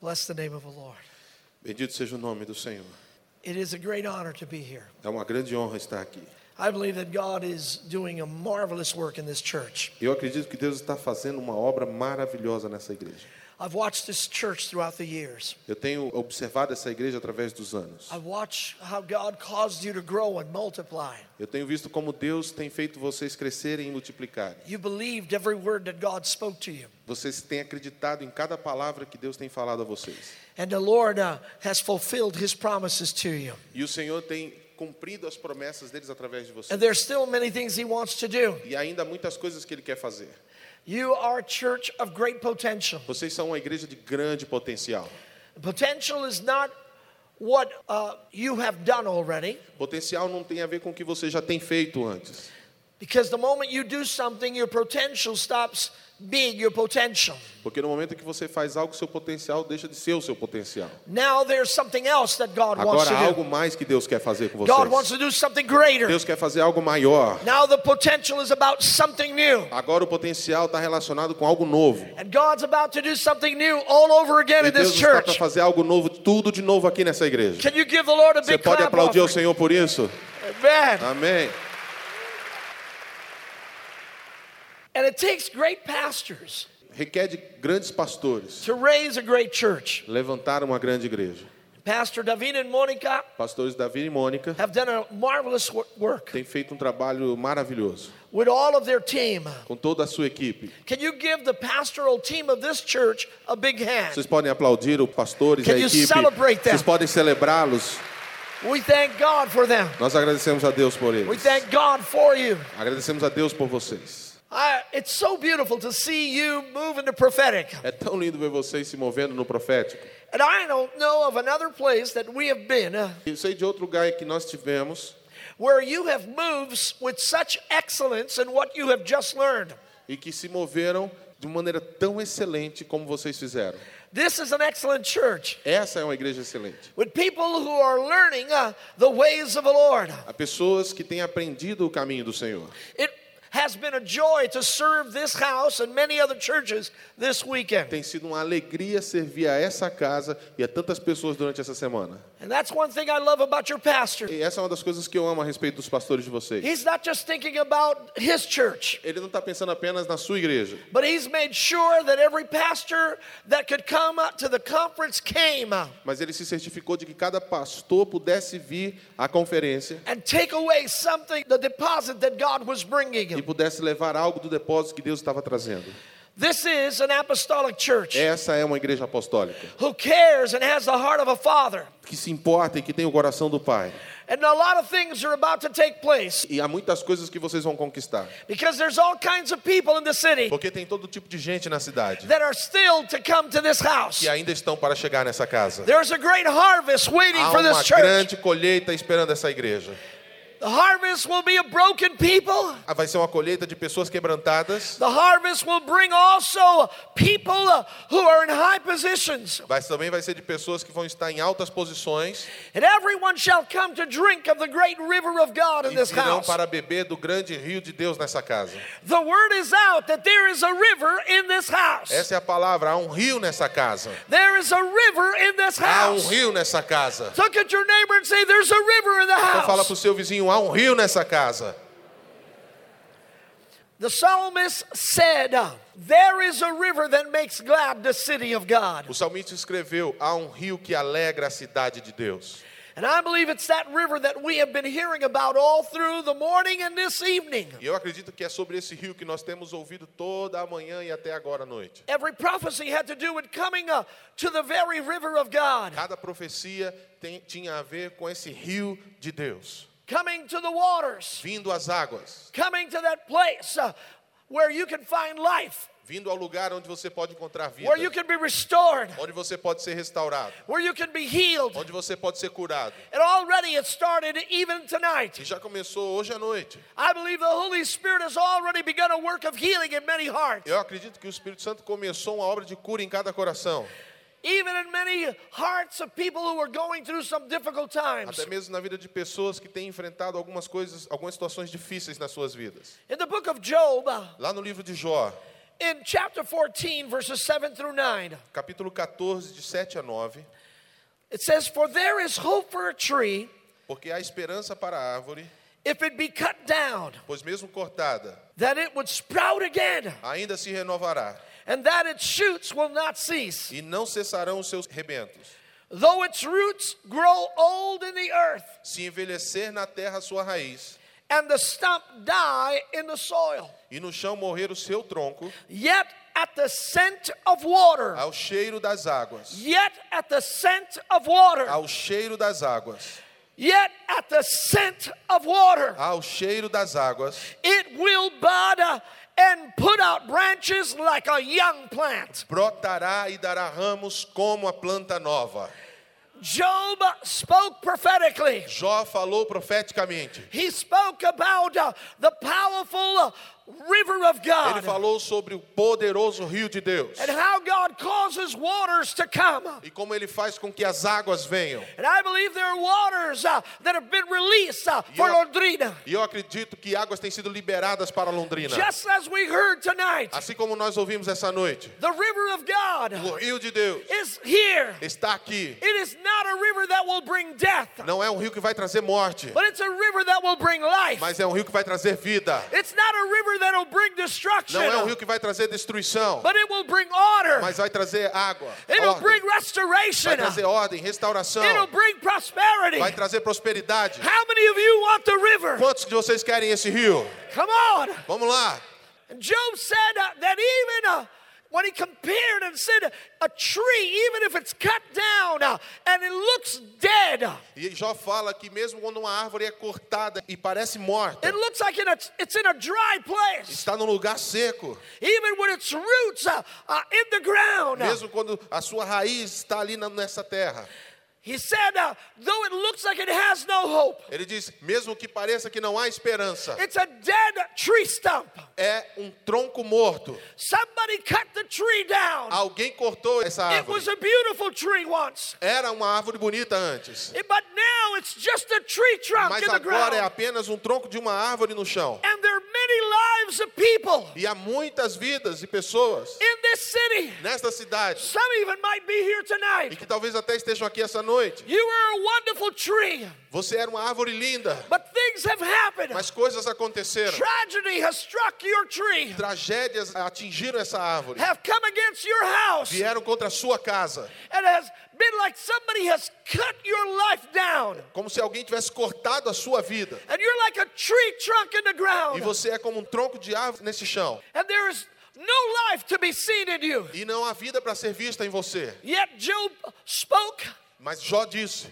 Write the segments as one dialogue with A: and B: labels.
A: Bless the name of the Lord.
B: Bendito seja o nome do Senhor.
A: It is a great honor to be here.
B: É uma grande honra estar aqui.
A: I believe that God is doing a marvelous work in this church.
B: Eu acredito que Deus está fazendo uma obra maravilhosa nessa igreja.
A: I've watched this church throughout the years.
B: Eu tenho observado essa igreja através dos anos.
A: I've watched how God caused you to grow and multiply.
B: Eu tenho visto como Deus tem feito vocês crescerem e multiplicarem.
A: You believed every word that God spoke to you.
B: Vocês têm acreditado em cada palavra que Deus tem falado a vocês.
A: And the Lord uh, has fulfilled his promises to you.
B: E o Senhor tem cumprido as promessas deles através de
A: And
B: vocês.
A: there's still many things he wants to do.
B: E ainda há muitas coisas que Ele quer fazer.
A: You are a church of great potential.
B: Vocês são uma igreja de grande potencial.
A: Potential is not what uh, you have done already,
B: Potencial não tem a ver com o que você já tem feito antes.
A: because the moment you do something, your potential stops being your potential.
B: Porque no momento que você faz algo, seu potencial deixa de ser o seu potencial.
A: Now there's something else that God wants
B: Agora
A: to
B: há algo
A: do.
B: mais que Deus quer fazer com
A: God wants to
B: vocês.
A: do something greater.
B: Deus quer fazer algo maior.
A: Now the potential is about something new.
B: Agora o potencial está relacionado com algo novo.
A: And God's about to do something new all over again
B: E
A: in
B: Deus
A: this
B: está para
A: church.
B: fazer algo novo, tudo de novo aqui nessa igreja.
A: Can you give the Lord a
B: Você
A: big
B: pode
A: clap?
B: aplaudir ao
A: offering?
B: Senhor por isso?
A: Amen.
B: Amém.
A: And it takes great pastors
B: Requer de grandes pastores
A: to raise a great church.
B: levantar uma grande igreja.
A: Pastor Davina and Monica
B: Pastores Davi e Mônica
A: have done a marvelous wor- work
B: têm feito um trabalho maravilhoso
A: with all of their team.
B: com toda a sua equipe.
A: Can you give the pastoral team of this church a big hand?
B: Vocês podem aplaudir os pastores,
A: Can
B: a
A: you
B: equipe.
A: celebrate them?
B: Vocês podem celebrá-los.
A: We thank God for them.
B: Nós agradecemos a Deus por
A: We
B: eles.
A: thank God for you.
B: Agradecemos a Deus por vocês.
A: I, it's so beautiful to see you move into prophetic.
B: É tão lindo ver vocês se movendo no profético.
A: And I don't know of another place that we have been uh,
B: Eu sei de outro lugar que nós tivemos
A: where you have moved with such excellence in what you have just learned.
B: e que se moveram de maneira tão excelente como vocês fizeram.
A: This is an excellent church
B: Essa é uma igreja excelente.
A: with people who are learning uh, the ways of the Lord.
B: Há pessoas que têm aprendido o caminho do Senhor.
A: It has been a joy to serve this house and many other churches this weekend.
B: Tem sido uma alegria servir a essa casa e a tantas pessoas durante essa semana.
A: And that's one thing I love about your pastor.
B: E essa é uma das coisas que eu amo a respeito dos pastores de vocês.
A: He's not just thinking about his church,
B: Ele não está pensando apenas na sua igreja,
A: but he's made sure that every pastor that could come uh, to the conference came uh,
B: mas ele se certificou de que cada pastor pudesse vir à conferência
A: and take away something, the deposit that God was bringing
B: e
A: him.
B: pudesse levar algo do depósito que Deus estava trazendo.
A: This is an apostolic church
B: Essa é uma igreja apostólica
A: who cares and has the heart of a father.
B: que se importa e que tem o coração do Pai.
A: And a lot of things are about to take place
B: E há muitas coisas que vocês vão conquistar.
A: because there's all kinds of people in the city
B: Porque tem todo tipo de gente na cidade
A: that are still to come to this house.
B: que ainda estão para chegar nessa casa.
A: There's a great harvest waiting
B: Há
A: for
B: uma
A: this church.
B: grande colheita esperando essa igreja.
A: The harvest will be a broken people.
B: Ah, Vai ser uma colheita de pessoas quebrantadas.
A: The harvest will bring also people uh, who are in high positions.
B: Mas também vai ser de pessoas que vão estar em altas posições
A: And everyone shall come to drink of the great river of God in
B: e
A: this
B: virão
A: house.
B: para beber do grande rio de Deus nessa casa.
A: The word is out that there is a river in this house.
B: Essa é a palavra. Há um rio nessa casa.
A: There is a river in this
B: Há um
A: house.
B: rio nessa casa.
A: Look at your neighbor and say, There's a river in the
B: Então fala para
A: house.
B: o seu vizinho: há um rio nessa casa.
A: The psalmist said, uh, There is a river that makes glad the city of God.
B: O salmista escreveu: há um rio que alegra a cidade de Deus.
A: And I believe it's that river that we have been hearing about all through the morning and this evening.
B: E eu acredito que é sobre esse rio que nós temos ouvido toda a manhã e até agora à noite.
A: Every prophecy had to do with coming uh, to the very river of God,
B: Cada profecia tem- tinha a ver com esse rio de Deus,
A: coming to the waters,
B: vindo às águas,
A: coming to that place uh, where you can find life,
B: vindo ao lugar onde você pode encontrar vida,
A: where you can be restored,
B: onde você pode ser restaurado,
A: where you can be healed.
B: onde você pode ser curado.
A: And already it started even
B: E
A: tonight.
B: já começou hoje à noite.
A: I believe the Holy Spirit has already begun a work of healing in many hearts,
B: Eu acredito que o Espírito Santo começou uma obra de cura em cada coração,
A: even in many hearts of people who are going through some difficult times.
B: até mesmo na vida de pessoas que têm enfrentado algumas coisas, algumas situações difíceis nas suas vidas.
A: In the book of Job, uh,
B: Lá no livro de Jó,
A: In chapter 14, verses 7 through 9,
B: Capítulo 14, de 7 a 9.
A: it says, For there is hope for a tree
B: Porque há esperança para a árvore,
A: if it be cut down,
B: pois mesmo cortada,
A: that it would sprout again,
B: ainda se renovará,
A: and that its shoots will not cease.
B: e não cessarão os seus rebentos.
A: Though its roots grow old in the earth,
B: Se envelhecer na terra a sua raiz,
A: and the stump die in the soil,
B: e no chão morrer o seu tronco,
A: yet at the scent of water,
B: ao cheiro das águas,
A: yet at the scent of water,
B: ao cheiro das águas,
A: yet at the scent of water,
B: ao cheiro das águas,
A: it will bud uh, and put out branches like a young plant.
B: brotará e dará ramos como a planta nova.
A: Job spoke prophetically.
B: Jó falou profeticamente.
A: He spoke about uh, the powerful uh, river of
B: Ele
A: God
B: falou sobre o poderoso rio de Deus
A: and how God causes waters to come.
B: e como ele faz com que as águas venham.
A: And I believe there are waters uh, that have been released uh, for
B: Yeah.
A: Londrina.
B: E eu acredito que águas têm sido liberadas para Londrina.
A: Just as we heard tonight,
B: Assim como nós ouvimos essa noite,
A: the river of God
B: o rio de Deus
A: is here.
B: está aqui.
A: It is not a river that will bring death,
B: Não é um rio que vai trazer morte,
A: but it's a river that will bring life.
B: mas é um rio que vai trazer vida.
A: It's not a river that will bring destruction,
B: Não é um rio que vai trazer destruição,
A: but it will bring order.
B: mas vai trazer água.
A: It'll
B: ordem.
A: bring restoration.
B: Vai trazer ordem, restauração.
A: It'll bring prosperity.
B: Vai trazer prosperidade.
A: How many of you want the river?
B: Quantos de vocês querem esse rio?
A: Come on.
B: Vamos lá.
A: And Job said uh, that even uh, when he compared and said, uh, a tree, even if it's cut down uh, and it looks dead, uh,
B: E Jó fala que mesmo quando uma árvore é cortada e parece morta,
A: it looks like in a, it's in a dry place.
B: está num lugar seco.
A: Even when its roots are, are in the ground, uh,
B: Mesmo quando a sua raiz está ali na- nessa terra.
A: he said, uh, though it looks like it has no hope,
B: Ele diz: mesmo que pareça que não há esperança,
A: it's a dead tree stump.
B: é um tronco morto.
A: Somebody cut the tree down.
B: Alguém cortou essa
A: It was
B: árvore.
A: a beautiful tree once,
B: Era uma árvore bonita antes,
A: It- Eh, but now it's just a tree trunk
B: mas
A: in the ground.
B: agora é apenas um tronco de uma árvore no chão.
A: And there are many lives of people
B: E há muitas vidas e pessoas
A: in this city.
B: nesta cidade
A: Some even might be here
B: e
A: tonight.
B: que talvez até estejam aqui essa noite.
A: You were a wonderful tree,
B: Você era uma árvore linda,
A: but things have happened.
B: mas coisas aconteceram.
A: Tragedy has struck your tree,
B: Tragédias atingiram essa árvore,
A: have come against your house,
B: vieram contra a sua casa,
A: and has been like somebody has cut your life down.
B: como se alguém tivesse cortado a sua vida.
A: And you're like a tree trunk in the
B: E
A: ground,
B: você é como um tronco de árvore nesse chão.
A: and there is no life to be seen in you.
B: E não há vida para ser vista em você.
A: Yet Job spoke,
B: Mas Jó disse,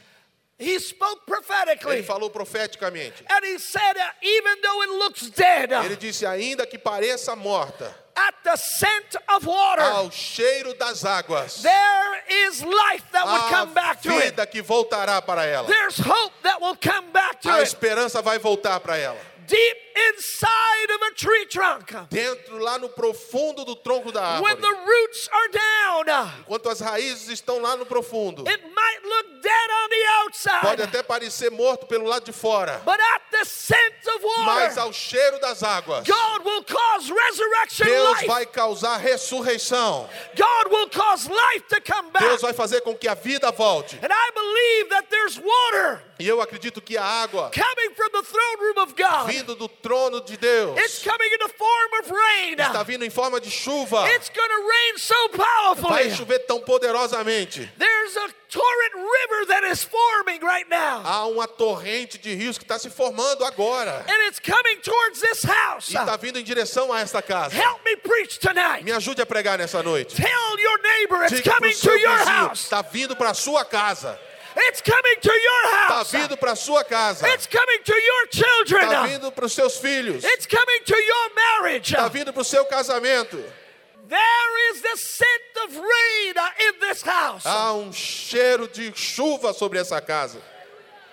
A: he spoke
B: ele
A: prophetically.
B: falou profeticamente.
A: And he said, uh, even though it looks dead, uh,
B: Ele disse: ainda que pareça morta,
A: at the scent of water,
B: ao cheiro das águas,
A: there is life that would
B: há
A: come back to it.
B: vida que voltará para ela.
A: There's hope that will come back to
B: A
A: it.
B: esperança vai voltar para ela.
A: Deep inside of a tree trunk, uh,
B: Dentro, lá no profundo do tronco da
A: when the
B: árvore,
A: roots are down, uh,
B: enquanto as raízes estão lá no profundo,
A: it might look dead on the
B: pode
A: outside,
B: até parecer morto pelo lado de fora,
A: but at the scent of
B: mas
A: water,
B: ao cheiro das águas,
A: God will cause resurrection
B: Deus
A: life.
B: vai causar ressurreição.
A: God will cause life to come back.
B: Deus vai fazer com que a vida volte.
A: And I believe that there's water
B: E eu acredito que a água
A: coming from the throne room of God.
B: vindo do trono de Deus
A: It's coming in the form of
B: está
A: rain.
B: vindo em forma de chuva.
A: It's é. going to rain so
B: Vai
A: powerfully.
B: chover tão poderosamente.
A: There's a torrent river that is forming right now.
B: Há uma torrente de rios que está se formando agora.
A: And it's coming towards this house.
B: E está vindo em direção a esta casa.
A: Help me preach tonight.
B: Me ajude a pregar nessa noite.
A: Tell your neighbor it's
B: Diga pro
A: coming to
B: seu
A: your
B: vizinho,
A: house.
B: Está vindo para sua casa.
A: It's coming to your
B: Está
A: house.
B: vindo para sua casa.
A: It's coming to your
B: Está
A: children.
B: vindo para os seus filhos.
A: It's coming to your marriage.
B: Está vindo para o seu casamento.
A: There is the scent of rain in this house.
B: Há um cheiro de chuva sobre essa casa.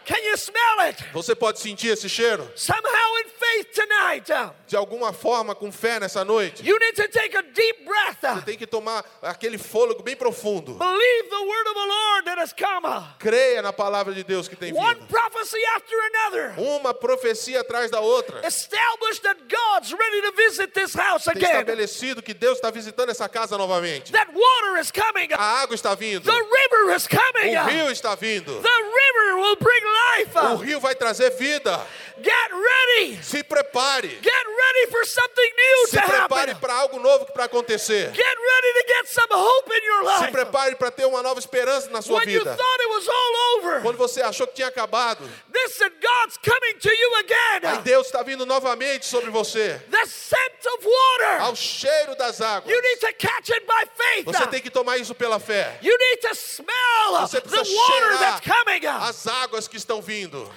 A: Can you smell it?
B: Você pode sentir esse cheiro?
A: Somehow in faith faith tonight, uh,
B: De alguma forma, com fé nessa noite,
A: you need to take a deep breath. uh,
B: você tem que tomar aquele fôlego bem profundo.
A: Believe the word of the Lord that has come. uh,
B: Creia na palavra de Deus que tem
A: One
B: vindo.
A: prophecy after another.
B: Uma profecia atrás da outra.
A: Establish that God's ready to visit this house
B: Tem
A: again.
B: estabelecido que Deus está visitando essa casa novamente.
A: That water is coming. uh,
B: A água está vindo.
A: The river is coming.
B: O
A: uh,
B: rio está vindo.
A: The river will bring life.
B: O
A: uh,
B: rio vai trazer vida.
A: Get ready.
B: Se prepare.
A: Get ready for something new to
B: Se prepare
A: happen.
B: para algo novo que para acontecer.
A: Get ready to get some hope in your
B: Se
A: life.
B: prepare para ter uma nova esperança na sua
A: When you
B: vida.
A: thought it was all over,
B: Quando você achou que tinha acabado,
A: listen, God's coming to you
B: aí
A: again.
B: Deus está vindo novamente sobre você.
A: The scent of water,
B: Ao cheiro das águas.
A: you need to catch it by
B: Você
A: faith.
B: tem que tomar isso pela fé.
A: You need to smell
B: Você
A: the
B: precisa
A: water that's coming.
B: cheirar as águas que estão vindo.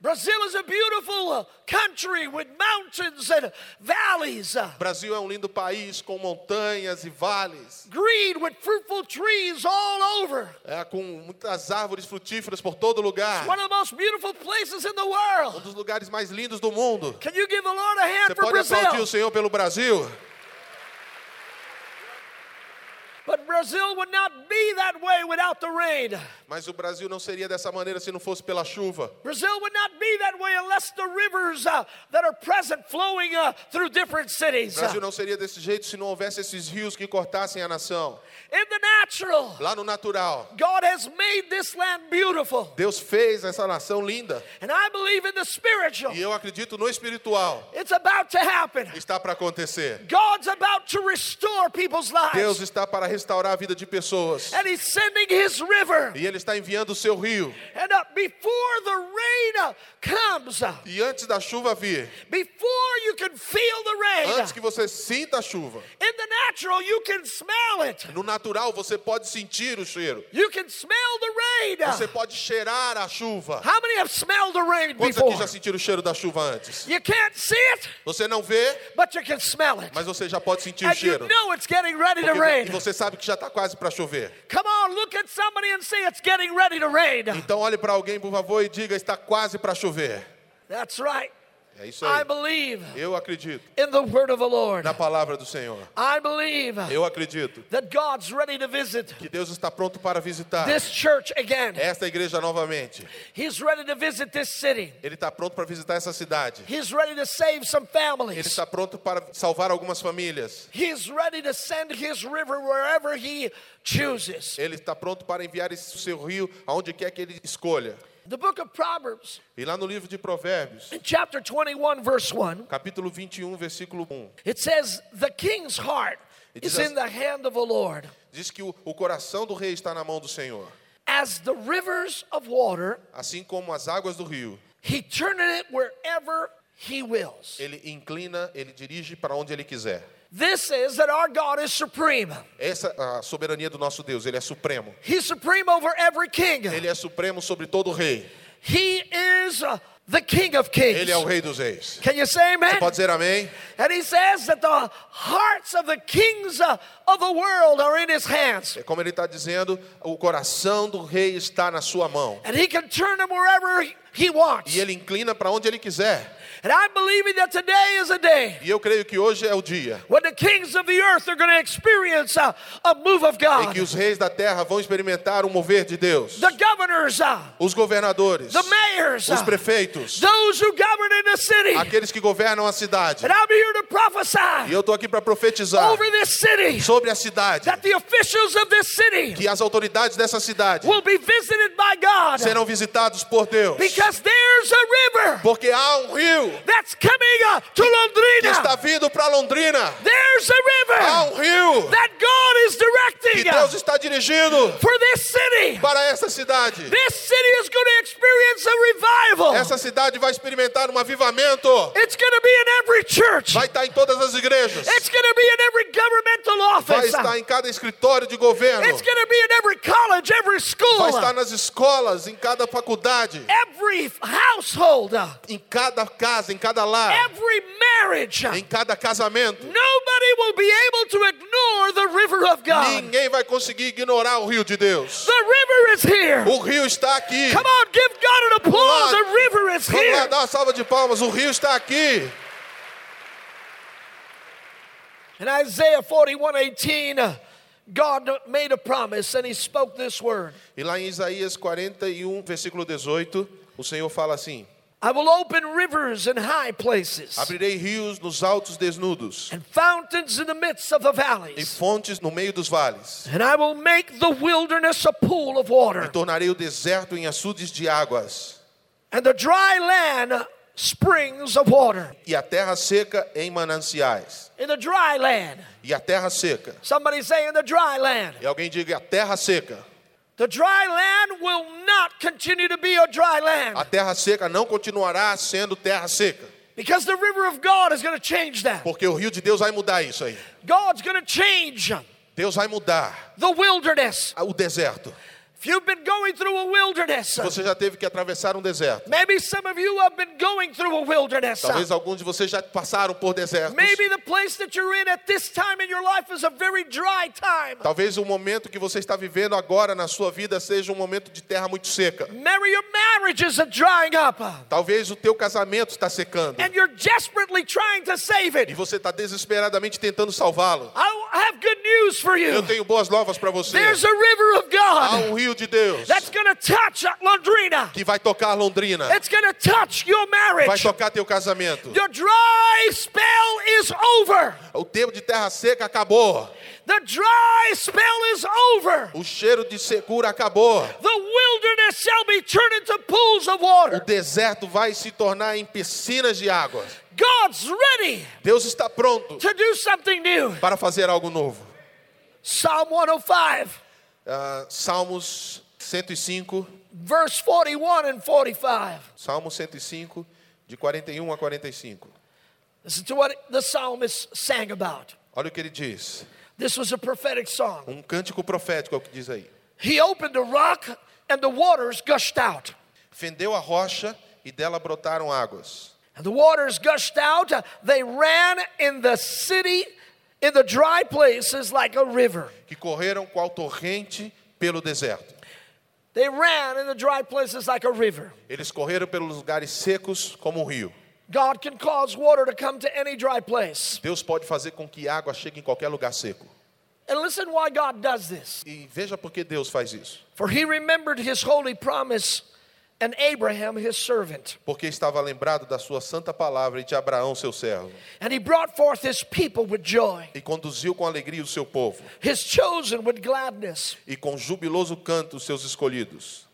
A: Brazil is a beautiful uh, country with mountains and valleys, uh,
B: O Brasil é um lindo país com montanhas e vales,
A: green with fruitful trees all over.
B: é, com muitas árvores frutíferas por todo lugar.
A: One of the most beautiful places in the
B: Um
A: world.
B: dos lugares mais lindos do mundo.
A: Can you give the Lord a hand
B: Você
A: for
B: pode aplaudir
A: Brazil?
B: o Senhor pelo Brasil,
A: But Brazil would not be that way without the rain.
B: mas o Brasil não seria dessa maneira se não fosse pela chuva.
A: Brazil would not be that way unless the rivers uh, that are present flowing uh, through different cities.
B: O Brasil não seria desse jeito se não houvesse esses rios que cortassem a nação.
A: In the natural,
B: Lá no natural,
A: God has made this land beautiful.
B: Deus fez essa nação linda.
A: And I believe in the spiritual.
B: E eu acredito no espiritual.
A: It's about to happen.
B: Está para acontecer.
A: God's about to restore people's
B: Deus
A: lives.
B: está para restaurar a vida de pessoas.
A: And He's sending His river.
B: E Ele está enviando o seu rio.
A: And uh, before the rain uh, comes, uh,
B: E antes da chuva vir,
A: before you can feel the rain, uh,
B: antes que você sinta a chuva,
A: In the natural, you can smell it.
B: no natural você pode sentir o cheiro.
A: You can smell the rain.
B: Você pode cheirar a chuva.
A: How many have smelled the rain
B: Quantos
A: before?
B: aqui já sentiram o cheiro da chuva antes?
A: You can't see it,
B: Você não vê,
A: but you can smell it.
B: mas você já pode sentir o
A: And you
B: cheiro.
A: know it's getting ready to
B: Porque vo- E
A: rain.
B: você sabe que já está quase para chover.
A: Come on, look at somebody and say it's getting ready to rain.
B: Então olhe para alguém, por favor, e diga: está quase para chover.
A: That's right.
B: É isso
A: I
B: aí.
A: believe
B: Eu acredito
A: in the word of the Lord.
B: na palavra do Senhor.
A: I believe
B: Eu acredito
A: that God's ready to visit
B: que Deus está pronto para visitar
A: this church again.
B: esta igreja novamente.
A: He's ready to visit this city.
B: Ele está pronto para visitar essa cidade.
A: He's ready to save some
B: Ele
A: families.
B: está pronto para salvar algumas famílias.
A: He's ready to send his river wherever he chooses.
B: Ele está pronto para enviar esse seu rio aonde quer que ele escolha.
A: The book of Proverbs,
B: E lá no livro de Provérbios,
A: in chapter 21, verse 1,
B: capítulo 21, versículo 1,
A: it says, The king's heart
B: It
A: is
B: says-
A: in the hand of the Lord,
B: diz que o, o coração do rei está na mão do Senhor.
A: as the rivers of water,
B: Assim como as águas do rio,
A: he turneth it wherever he wills.
B: ele inclina, ele dirige para onde ele quiser.
A: This is that our God is supreme.
B: Essa é a soberania do nosso Deus, ele é supremo.
A: He's supreme over every king.
B: Ele é supremo sobre todo rei.
A: He is uh, the king of kings.
B: Ele é o rei dos reis.
A: Can you say amen?
B: Pode dizer amém?
A: And he says that the hearts of the kings uh, of the world are in his hands.
B: É como ele está dizendo, o coração do rei está na sua mão.
A: And he can turn them wherever he- he wants.
B: E ele inclina para onde ele quiser.
A: And I'm believing that today is a day
B: E eu creio que hoje é o dia
A: when the kings of the earth are going to experience uh, a move of
B: em
A: God.
B: que os reis da terra vão experimentar o mover de Deus.
A: The governors, uh,
B: Os governadores,
A: the mayors,
B: os
A: uh,
B: prefeitos,
A: those who govern in the city.
B: aqueles que governam a cidade.
A: And I'm here to
B: E
A: prophesy
B: eu estou aqui para profetizar
A: over this city
B: sobre a cidade
A: that the officials of this city
B: que as autoridades dessa cidade
A: will be visited by God
B: serão visitados por Deus.
A: because there's a river.
B: Porque há um rio
A: that's coming uh, to
B: que está
A: Londrina.
B: vindo para Londrina.
A: There's a
B: Há
A: river
B: um rio
A: that God is
B: que
A: directing uh,
B: Deus está dirigindo
A: for this city.
B: para essa cidade.
A: This city is going to experience a revival.
B: Essa cidade vai experimentar um avivamento.
A: It's going to be in every church.
B: Vai estar em todas as igrejas.
A: It's going to be in every governmental
B: Vai
A: office.
B: estar em cada escritório de governo.
A: It's going to be in every college, every
B: Vai
A: school,
B: estar nas escolas, em cada faculdade,
A: every household,
B: em cada casa, em cada lar,
A: every marriage.
B: em cada casamento.
A: Nobody will be able to ignore the river of God.
B: Ninguém vai conseguir ignorar o rio de Deus.
A: The river river is here.
B: O rio está aqui.
A: É. Come on, give God an applause. The river is
B: Vamos lá,
A: here.
B: dá uma salva de palmas. O rio está aqui.
A: In Isaiah 41 18, God made a promise and he spoke this word
B: E lá em Isaías 41, versículo 18, o Senhor fala assim:
A: I will open rivers in high places
B: Abrirei rios nos altos desnudos
A: and fountains in the midst of the
B: e
A: valleys,
B: fontes no meio dos vales.
A: and I will make the wilderness a pool of water
B: Tornarei o deserto em açudes de águas
A: and the dry land springs of water.
B: e a terra seca em mananciais.
A: In the dry land,
B: E a terra seca.
A: somebody say, in the dry land.
B: E alguém diga: a terra seca.
A: The dry land will not continue to be a dry
B: A
A: land
B: terra seca não continuará sendo terra seca,
A: because the river of God is going to change that.
B: porque o rio de Deus vai mudar isso aí.
A: God's going to change
B: Deus vai mudar
A: the wilderness.
B: o deserto.
A: If you've been going through a wilderness,
B: Você já teve que atravessar um deserto.
A: maybe some of you have been going through a wilderness.
B: Talvez alguns de vocês já passaram por desertos.
A: Maybe the place that you're in at this time in your life is a very dry time.
B: Talvez o momento que você está vivendo agora na sua vida seja um momento de terra muito seca.
A: Mary, your marriages are drying up
B: Talvez o teu casamento está secando
A: and you're desperately trying to save
B: e
A: it.
B: você está desesperadamente tentando salvá-lo.
A: I have good news for you.
B: Eu tenho boas novas para você.
A: There's a river of
B: Há
A: God
B: um rio de Deus
A: that's going to touch Londrina.
B: que vai tocar Londrina,
A: It's going to touch your
B: vai
A: marriage.
B: tocar teu casamento.
A: Your dry spell is over.
B: O tempo de terra seca acabou.
A: The dry spell is over.
B: O cheiro de segura acabou.
A: The wilderness shall be turned into pools of
B: O
A: water.
B: deserto vai se tornar em piscinas de água.
A: God's ready
B: Deus está pronto
A: to do something new.
B: para fazer algo novo.
A: Psalm 105,
B: Ah, Salmos 105,
A: verse 41 and 45.
B: Salmo 105, de 41 a 45.
A: Listen to what the psalmist sang about.
B: Olha o que ele diz.
A: This was a prophetic song.
B: Um cântico profético é o que diz aí.
A: He opened a rock and the waters gushed out.
B: Fendeu a rocha e dela brotaram águas.
A: And the waters gushed out. They ran in the city, in the dry places, like a river.
B: que correram qual torrente pelo deserto.
A: They ran in the dry places like a river.
B: Eles correram pelos lugares secos como um rio.
A: God can cause water to come to any dry place.
B: Deus pode fazer com que água chegue em qualquer lugar seco.
A: And listen why God does this.
B: E veja por que Deus faz isso.
A: For he remembered his holy promise and Abraham his servant.
B: Porque estava lembrado da sua santa palavra e de Abraão, seu servo,
A: And he brought forth his people with joy,
B: e conduziu com alegria o seu povo,
A: his chosen with gladness.
B: e com jubiloso canto os seus escolhidos.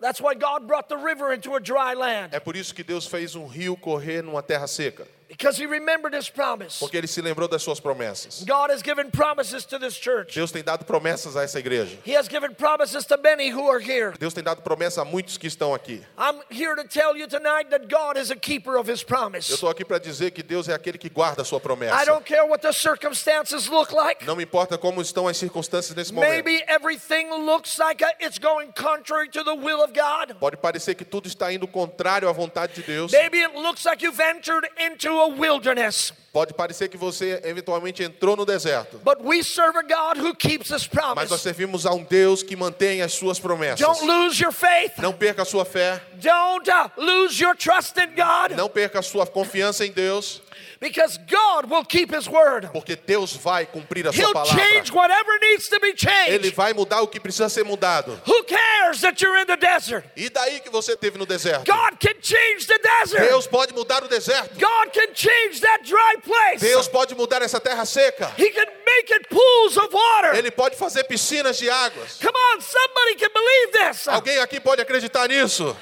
A: That's why God brought the river into a dry land,
B: É por isso que Deus fez um rio correr numa terra seca,
A: because he remembered his promise.
B: porque ele se lembrou das suas promessas.
A: God has given promises to this church.
B: Deus tem dado promessas a essa igreja.
A: He has given promises to many who are here.
B: Deus tem dado promessa a muitos que estão aqui.
A: I'm here to tell you tonight that God is a keeper of his
B: Eu
A: promise.
B: estou aqui para dizer que Deus é aquele que guarda a sua
A: I
B: promessa.
A: don't care what the circumstances look like.
B: Não me importa como estão as circunstâncias nesse momento.
A: Maybe everything looks like a- it's going contrary to the will of God.
B: Pode parecer que tudo está indo contrário à vontade de Deus.
A: Maybe it looks like you've entered into a wilderness.
B: Pode parecer que você eventualmente entrou no deserto.
A: But we serve a God who keeps his
B: Mas nós
A: promise.
B: servimos a um Deus que mantém as suas promessas.
A: Don't lose your faith.
B: Não perca a sua fé.
A: Don't uh, lose your trust in God
B: Não perca a sua confiança em Deus.
A: because God will keep his word.
B: Porque Deus vai cumprir a sua
A: He'll change
B: palavra.
A: whatever needs to be
B: Ele
A: changed.
B: vai mudar o que precisa ser mudado.
A: Who cares that you're in the desert?
B: E daí que você teve no deserto?
A: God can change the desert.
B: Deus pode mudar o deserto.
A: God can change that dry place.
B: Deus pode mudar essa terra seca.
A: He can make it pools of water.
B: Ele pode fazer piscinas de águas.
A: Come on, somebody can believe this. Our
B: Alguém aqui pode acreditar nisso?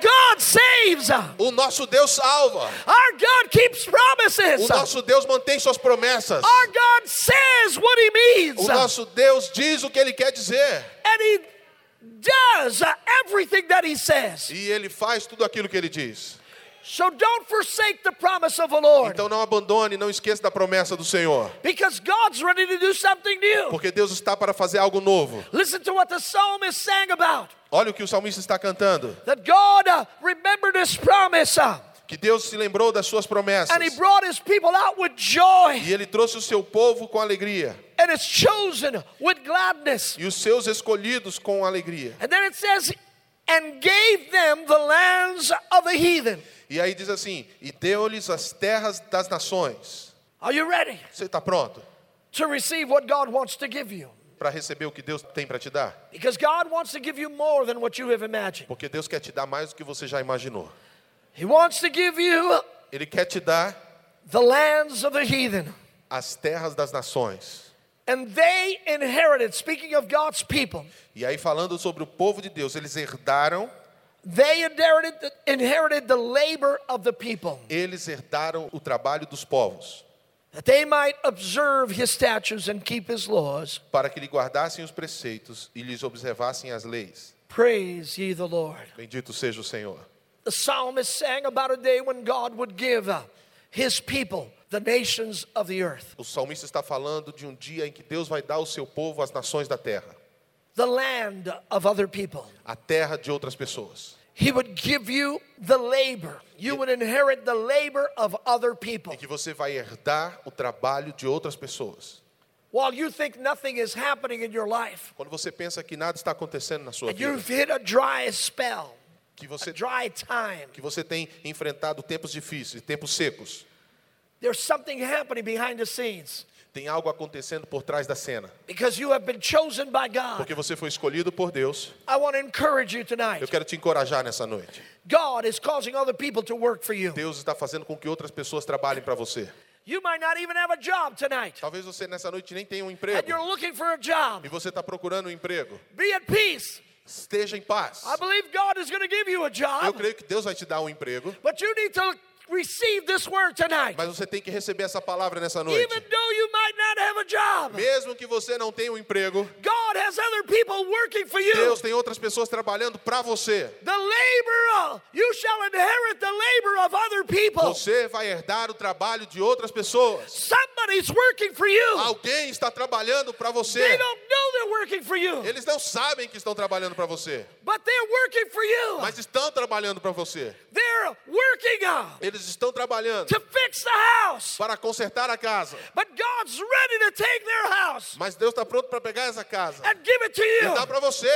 A: God saves. Our
B: O nosso Deus salva.
A: God keeps
B: O
A: promises.
B: nosso Deus mantém suas promessas.
A: Our God says what he
B: O
A: means.
B: nosso Deus diz o que ele quer dizer.
A: And he does everything that he says.
B: E ele faz tudo aquilo que ele diz.
A: So don't forsake the promise of the Lord
B: Então não abandone, não esqueça da promessa do Senhor.
A: because God's ready to do something new.
B: Porque Deus está para fazer algo novo.
A: Listen to what the psalmist sang about
B: Olha o que o salmista está cantando.
A: that God uh, remembered his promise uh,
B: Que Deus se lembrou das suas promessas.
A: and he brought his people out with joy.
B: E ele trouxe o seu povo com alegria.
A: and is chosen with gladness.
B: e os seus escolhidos com alegria.
A: And then it says, and gave them the lands of the heathen.
B: E aí diz assim: e deu-lhes as terras das nações.
A: Are you ready
B: Você está pronto
A: to receive what God wants to give you?
B: para receber o que Deus tem para te dar?
A: Because God wants to give you more than what you have imagined.
B: Porque Deus quer te dar mais do que você já imaginou.
A: He wants to give you
B: Ele quer te dar
A: the lands of the heathen.
B: as terras das nações.
A: And they inherited, speaking of God's people,
B: E aí falando sobre o povo de Deus, eles herdaram,
A: they inherited the, inherited the labor of the people,
B: eles herdaram o trabalho dos povos,
A: that they might observe his statutes and keep his laws.
B: para que lhe guardassem os preceitos e lhes observassem as leis.
A: Praise ye the Lord.
B: Bendito seja o Senhor.
A: The psalmist sang about a day when God would give uh, his people the nations of the earth,
B: O salmista está falando de um dia em que Deus vai dar ao seu povo as nações da terra,
A: the land of other people.
B: a terra de outras pessoas.
A: He would give you the labor. You would inherit the labor of other people.
B: Em que você vai herdar o trabalho de outras pessoas.
A: While you think nothing is happening in your life,
B: Quando você pensa que nada está acontecendo na sua
A: and
B: vida,
A: you've hit a dry spell,
B: que você,
A: dry time,
B: que você tem enfrentado tempos difíceis, tempos secos,
A: there's something happening behind the scenes
B: tem algo acontecendo por trás da cena.
A: because you have been chosen by God.
B: Porque você foi escolhido por Deus.
A: I want to encourage you
B: Eu
A: tonight.
B: quero te encorajar nessa noite.
A: God is causing other people to work for you.
B: Deus está fazendo com que outras pessoas trabalhem para você.
A: You might not even have a job tonight,
B: Talvez você nessa noite nem tenha um
A: and
B: emprego
A: you're looking for a job.
B: e você está procurando um emprego.
A: Be at peace.
B: Esteja em paz.
A: I believe God is going to give you a
B: Eu
A: job,
B: creio que Deus vai te dar um emprego,
A: but you need to receive this word tonight.
B: mas você tem que receber essa palavra nessa
A: Even
B: noite.
A: though you might not have a job,
B: Mesmo que você não tenha um emprego,
A: God has other people working for you.
B: Deus tem outras pessoas trabalhando para você.
A: The labor, of- you shall inherit the labor of other people.
B: Você vai herdar o trabalho de outras pessoas.
A: Somebody's working for you.
B: Alguém está trabalhando para
A: They
B: você.
A: don't know they're working for you,
B: Eles não sabem que estão trabalhando para você,
A: but they're working for you.
B: mas estão trabalhando para você.
A: They're working uh,
B: Eles estão trabalhando
A: to fix the house,
B: para consertar a casa.
A: but God's ready to take their house
B: Mas Deus está pronto para pegar essa casa
A: and give it to
B: e
A: you.
B: dar para você.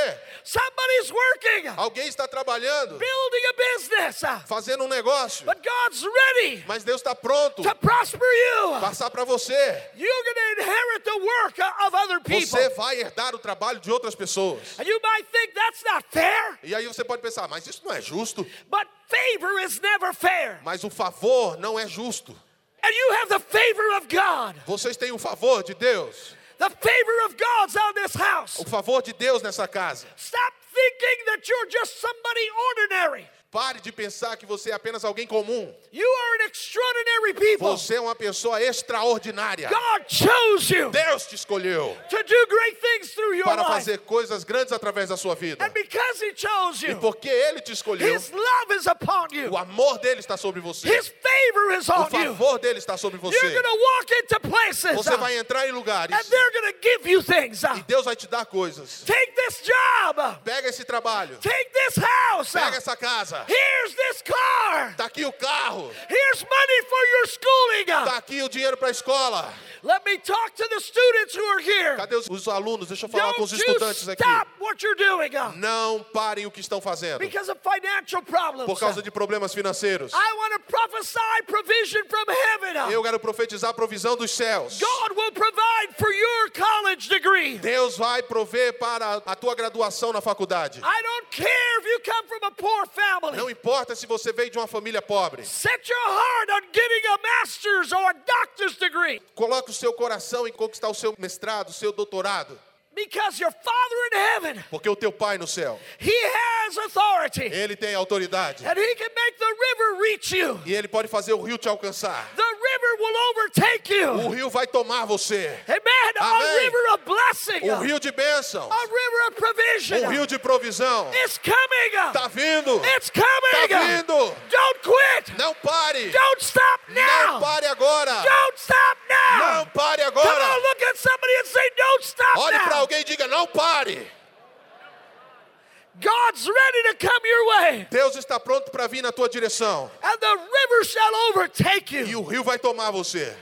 A: Somebody's working,
B: Alguém está trabalhando,
A: building a business, uh,
B: fazendo um negócio,
A: but God's ready
B: mas Deus está pronto
A: to prosper you.
B: passar para você.
A: You're going to inherit the work uh, of other people.
B: Você vai herdar o trabalho de outras pessoas.
A: And you might think that's not fair,
B: E aí você pode pensar, mas isso não é justo.
A: but favor is never fair.
B: Mas o favor não é justo.
A: And you have the favor of God.
B: Vocês têm o favor de Deus.
A: The favor of God's on this house.
B: O favor de Deus nessa casa.
A: Stop thinking that you're just somebody ordinary.
B: Pare de pensar que você é apenas alguém comum.
A: You are an extraordinary people.
B: Você é uma pessoa extraordinária.
A: God chose you
B: Deus te escolheu
A: to do great things through your
B: para
A: life.
B: fazer coisas grandes através da sua vida.
A: And because He chose
B: E
A: you,
B: porque Ele te escolheu,
A: His love is upon
B: o
A: you,
B: amor dele está sobre você.
A: His favor is
B: O
A: on you.
B: favor dele está sobre
A: You're
B: você.
A: going to walk into places
B: Você vai
A: uh,
B: entrar em lugares
A: and they're going to give you things. uh.
B: e Deus vai te dar coisas.
A: Take this job, uh,
B: Pega esse trabalho,
A: take this house, uh,
B: pega essa casa,
A: here's this car.
B: tá aqui o carro,
A: Here's money for your schooling. uh,
B: tá aqui o dinheiro para a escola.
A: Let me talk to the students who are here.
B: Cadê os, os alunos? Deixa eu falar
A: Don't
B: com os
A: you
B: estudantes aqui.
A: stop what you're doing uh,
B: Não parem o que estão fazendo
A: because of financial problems. uh,
B: por causa de problemas financeiros.
A: I want to prophesy provision from heaven. uh.
B: Eu quero profetizar a provisão dos céus.
A: God will provide for your college degree.
B: Deus vai prover para a tua graduação na faculdade.
A: I don't care if you come from a poor family.
B: Não importa se você veio de uma família pobre.
A: Set your heart on getting a master's or a doctor's degree
B: Coloque o seu coração em conquistar o seu mestrado, o seu doutorado.
A: because your Father in heaven,
B: Porque o teu Pai no céu,
A: He has authority
B: Ele tem autoridade.
A: and He can make the river reach you.
B: E Ele pode fazer o rio te alcançar.
A: The river will overtake
B: O
A: you.
B: rio vai tomar você.
A: Amen. A
B: Amém.
A: river of blessing.
B: O
A: A
B: rio de bênção.
A: river of
B: O rio
A: provision.
B: de provisão.
A: It's coming.
B: Tá vindo.
A: It's
B: Tá
A: coming.
B: vindo.
A: Don't quit.
B: Não pare.
A: Don't stop now.
B: Não pare agora.
A: Don't stop
B: Não
A: now.
B: pare
A: Come on,
B: agora.
A: look at somebody and say, Don't stop
B: Olhe para
A: now.
B: alguém e diga: não pare.
A: God's ready to come your way,
B: Deus está pronto para vir na tua direção.
A: and the river shall overtake
B: E
A: you.
B: o rio vai tomar você.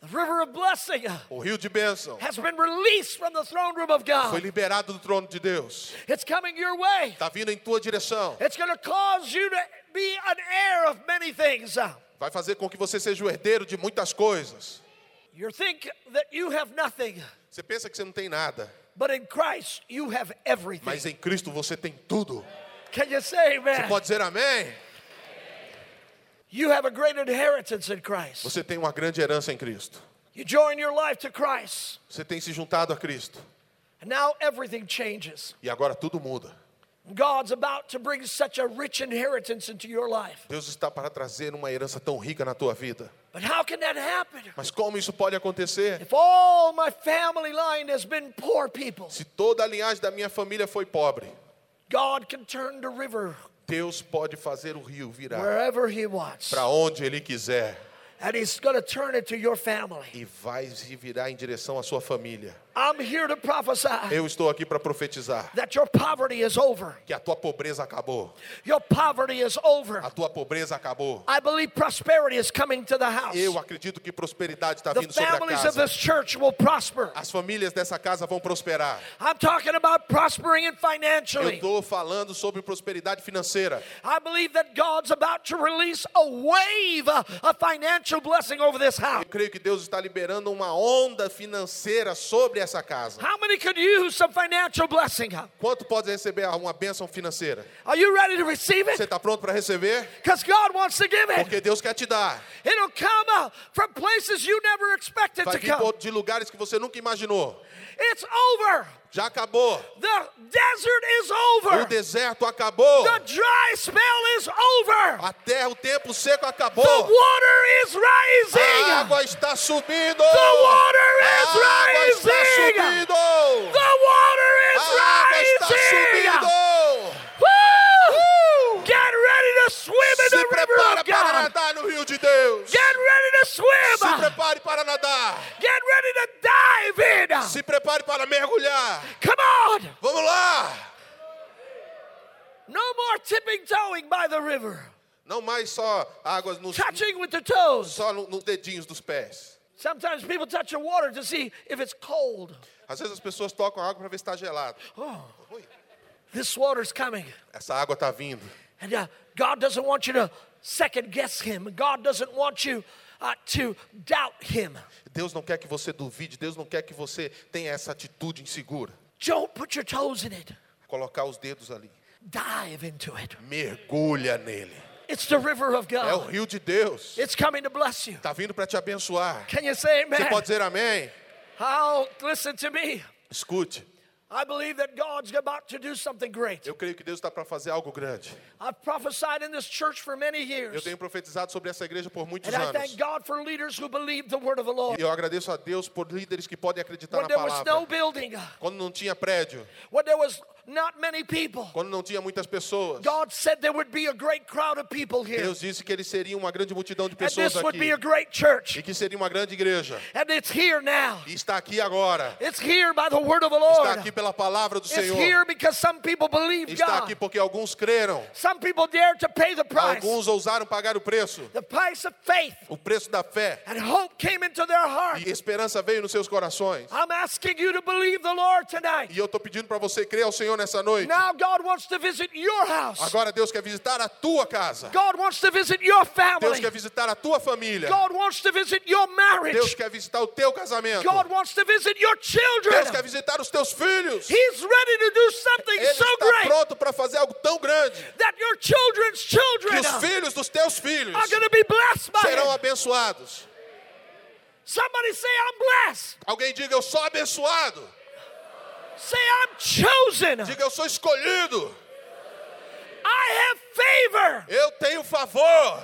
A: The river of blessing uh,
B: O rio de bênção
A: has been released from the throne room of God.
B: foi liberado do trono de Deus.
A: It's coming your way.
B: Está vindo em tua direção.
A: It's going to cause you to be an heir of many things. Uh,
B: Vai fazer com que você seja o herdeiro de muitas coisas.
A: You think that you have nothing,
B: Você pensa que você não tem nada,
A: but in Christ you have everything.
B: mas em Cristo você tem tudo.
A: Can you say
B: Você
A: amen?
B: pode dizer amém?
A: You have a great inheritance in Christ.
B: Você tem uma grande herança em Cristo.
A: You join your life to Christ,
B: Você tem se juntado a Cristo.
A: and now everything changes.
B: E agora tudo muda.
A: God's about to bring such a rich inheritance into your life.
B: Deus está para trazer uma herança tão rica na tua vida.
A: But how can that happen?
B: Mas como isso pode acontecer?
A: If all my family line has been poor people,
B: Se toda a linhagem da minha família foi pobre,
A: God can turn the river
B: Deus pode fazer o rio virar
A: wherever He wants.
B: para onde Ele quiser
A: And He's going to turn it to your family.
B: e vai se virar em direção à sua família.
A: I'm here to prophesy
B: Eu estou aqui para profetizar
A: that your poverty is over.
B: que a tua pobreza acabou.
A: Your poverty is over.
B: A tua pobreza acabou.
A: I believe prosperity is coming to the house.
B: Eu acredito que prosperidade está
A: The
B: vindo sobre a
A: families of
B: casa.
A: this church will prosper.
B: As famílias dessa casa vão prosperar.
A: I'm talking about prospering and
B: Eu
A: financially.
B: estou falando sobre prosperidade financeira.
A: I believe that God's about to release a wave uh, of financial blessing over this house.
B: Eu creio que Deus está liberando uma onda financeira sobre essa casa.
A: How many could use some financial blessing? huh?
B: Quanto pode receber uma bênção financeira?
A: Are you ready to receive
B: Você
A: it?
B: está pronto para receber?
A: Because God wants to give it.
B: Porque Deus quer te dar.
A: It'll come uh, from places you never expected
B: Vai
A: to
B: vir
A: come.
B: por- de lugares que você nunca imaginou.
A: It's over.
B: Já acabou.
A: The desert is
B: O
A: over.
B: deserto acabou.
A: The dry spell is over.
B: A terra, o tempo seco
A: The
B: acabou.
A: water is
B: A
A: rising.
B: água está subindo.
A: Ah. The water
B: A
A: is
B: água está
A: rising.
B: subindo.
A: The water
B: A
A: is
B: água está
A: rising.
B: subindo.
A: Woo! Get ready to swim in
B: Se
A: the river
B: prepara
A: of
B: para
A: God.
B: nadar no rio de Deus.
A: Get ready to
B: Se
A: swim.
B: prepare para nadar.
A: Get ready to dive in.
B: Se prepare para mergulhar.
A: Come on.
B: Vamos lá.
A: No more tipping toeing by the river.
B: Não mais só águas nos
A: Touching with the toes.
B: só no- nos dedinhos dos pés.
A: Sometimes people touch the water to see if it's cold.
B: Às vezes as pessoas tocam a água para ver se está gelado.
A: Oh.
B: Ui,
A: This water's coming.
B: Essa água está vindo.
A: And uh, God doesn't want you to second guess Him. God doesn't want you uh, to doubt Him.
B: Deus não quer que você duvide. Deus não quer que você tenha essa atitude insegura.
A: Don't put your toes in it.
B: Colocar os dedos ali.
A: Dive into it.
B: Mergulha nele.
A: It's the river of
B: É o
A: God.
B: rio de Deus.
A: It's coming to bless you.
B: Está vindo para te abençoar.
A: Can you say
B: Você
A: amen?
B: pode dizer amém?
A: Oh, listen to me.
B: Escute.
A: I believe that God's about to do something great.
B: Eu creio que Deus está para fazer algo grande.
A: I've prophesied in this church for many
B: Eu
A: years.
B: tenho profetizado sobre essa igreja por muitos
A: And I
B: anos.
A: thank God for leaders who believe the word of the Lord.
B: E eu agradeço a Deus por líderes que podem acreditar
A: When
B: na
A: there was no
B: palavra.
A: building,
B: Quando não tinha prédio,
A: when there was not many people,
B: quando não tinha muitas pessoas,
A: God said there would be a great crowd of people here.
B: Deus disse que eles seriam uma grande multidão de
A: And
B: pessoas
A: this would be
B: aqui
A: a great church.
B: e que seria uma grande igreja.
A: And it's here now.
B: E está aqui agora.
A: It's here by the word of the
B: Está aqui
A: Lord.
B: pela palavra do
A: It's
B: Senhor.
A: here because some people believe
B: Está aqui
A: God.
B: porque alguns creram,
A: Some people dare to pay the price.
B: alguns ousaram pagar o preço,
A: The price of faith
B: o preço da fé.
A: and hope came into their heart.
B: E esperança veio nos seus corações.
A: I'm asking you to believe the Lord tonight.
B: E eu estou pedindo para você crer ao Senhor nessa noite.
A: Now God wants to visit your house.
B: Agora Deus quer visitar a tua casa.
A: God wants to visit your
B: Deus
A: family.
B: quer visitar a tua família.
A: God wants to visit your
B: Deus
A: marriage.
B: quer visitar o teu casamento.
A: God wants to visit your
B: Deus quer
A: children.
B: visitar os teus filhos.
A: He's ready to do something
B: Ele
A: so
B: está
A: great
B: pronto para fazer algo tão grande
A: that your children's
B: que
A: children
B: os
A: are
B: filhos dos teus filhos
A: going to be blessed by
B: serão
A: it.
B: abençoados.
A: Somebody say, I'm blessed.
B: Alguém diga eu sou abençoado.
A: Say, I'm chosen.
B: Diga eu sou escolhido.
A: I have favor.
B: Eu tenho favor.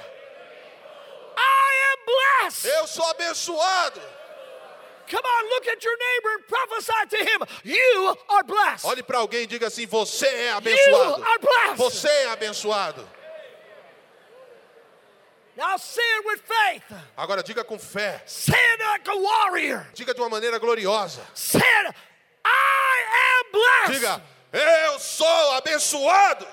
A: I am blessed.
B: Eu sou abençoado.
A: Come on, look at your neighbor and prophesy to him. You are blessed.
B: Olhe para alguém e diga assim: você é
A: You
B: abençoado.
A: are blessed.
B: Você é abençoado.
A: Now say it with faith.
B: Agora diga com fé.
A: Say it like a warrior.
B: Diga de uma maneira gloriosa.
A: Say it. I am blessed.
B: Diga: eu sou abençoado.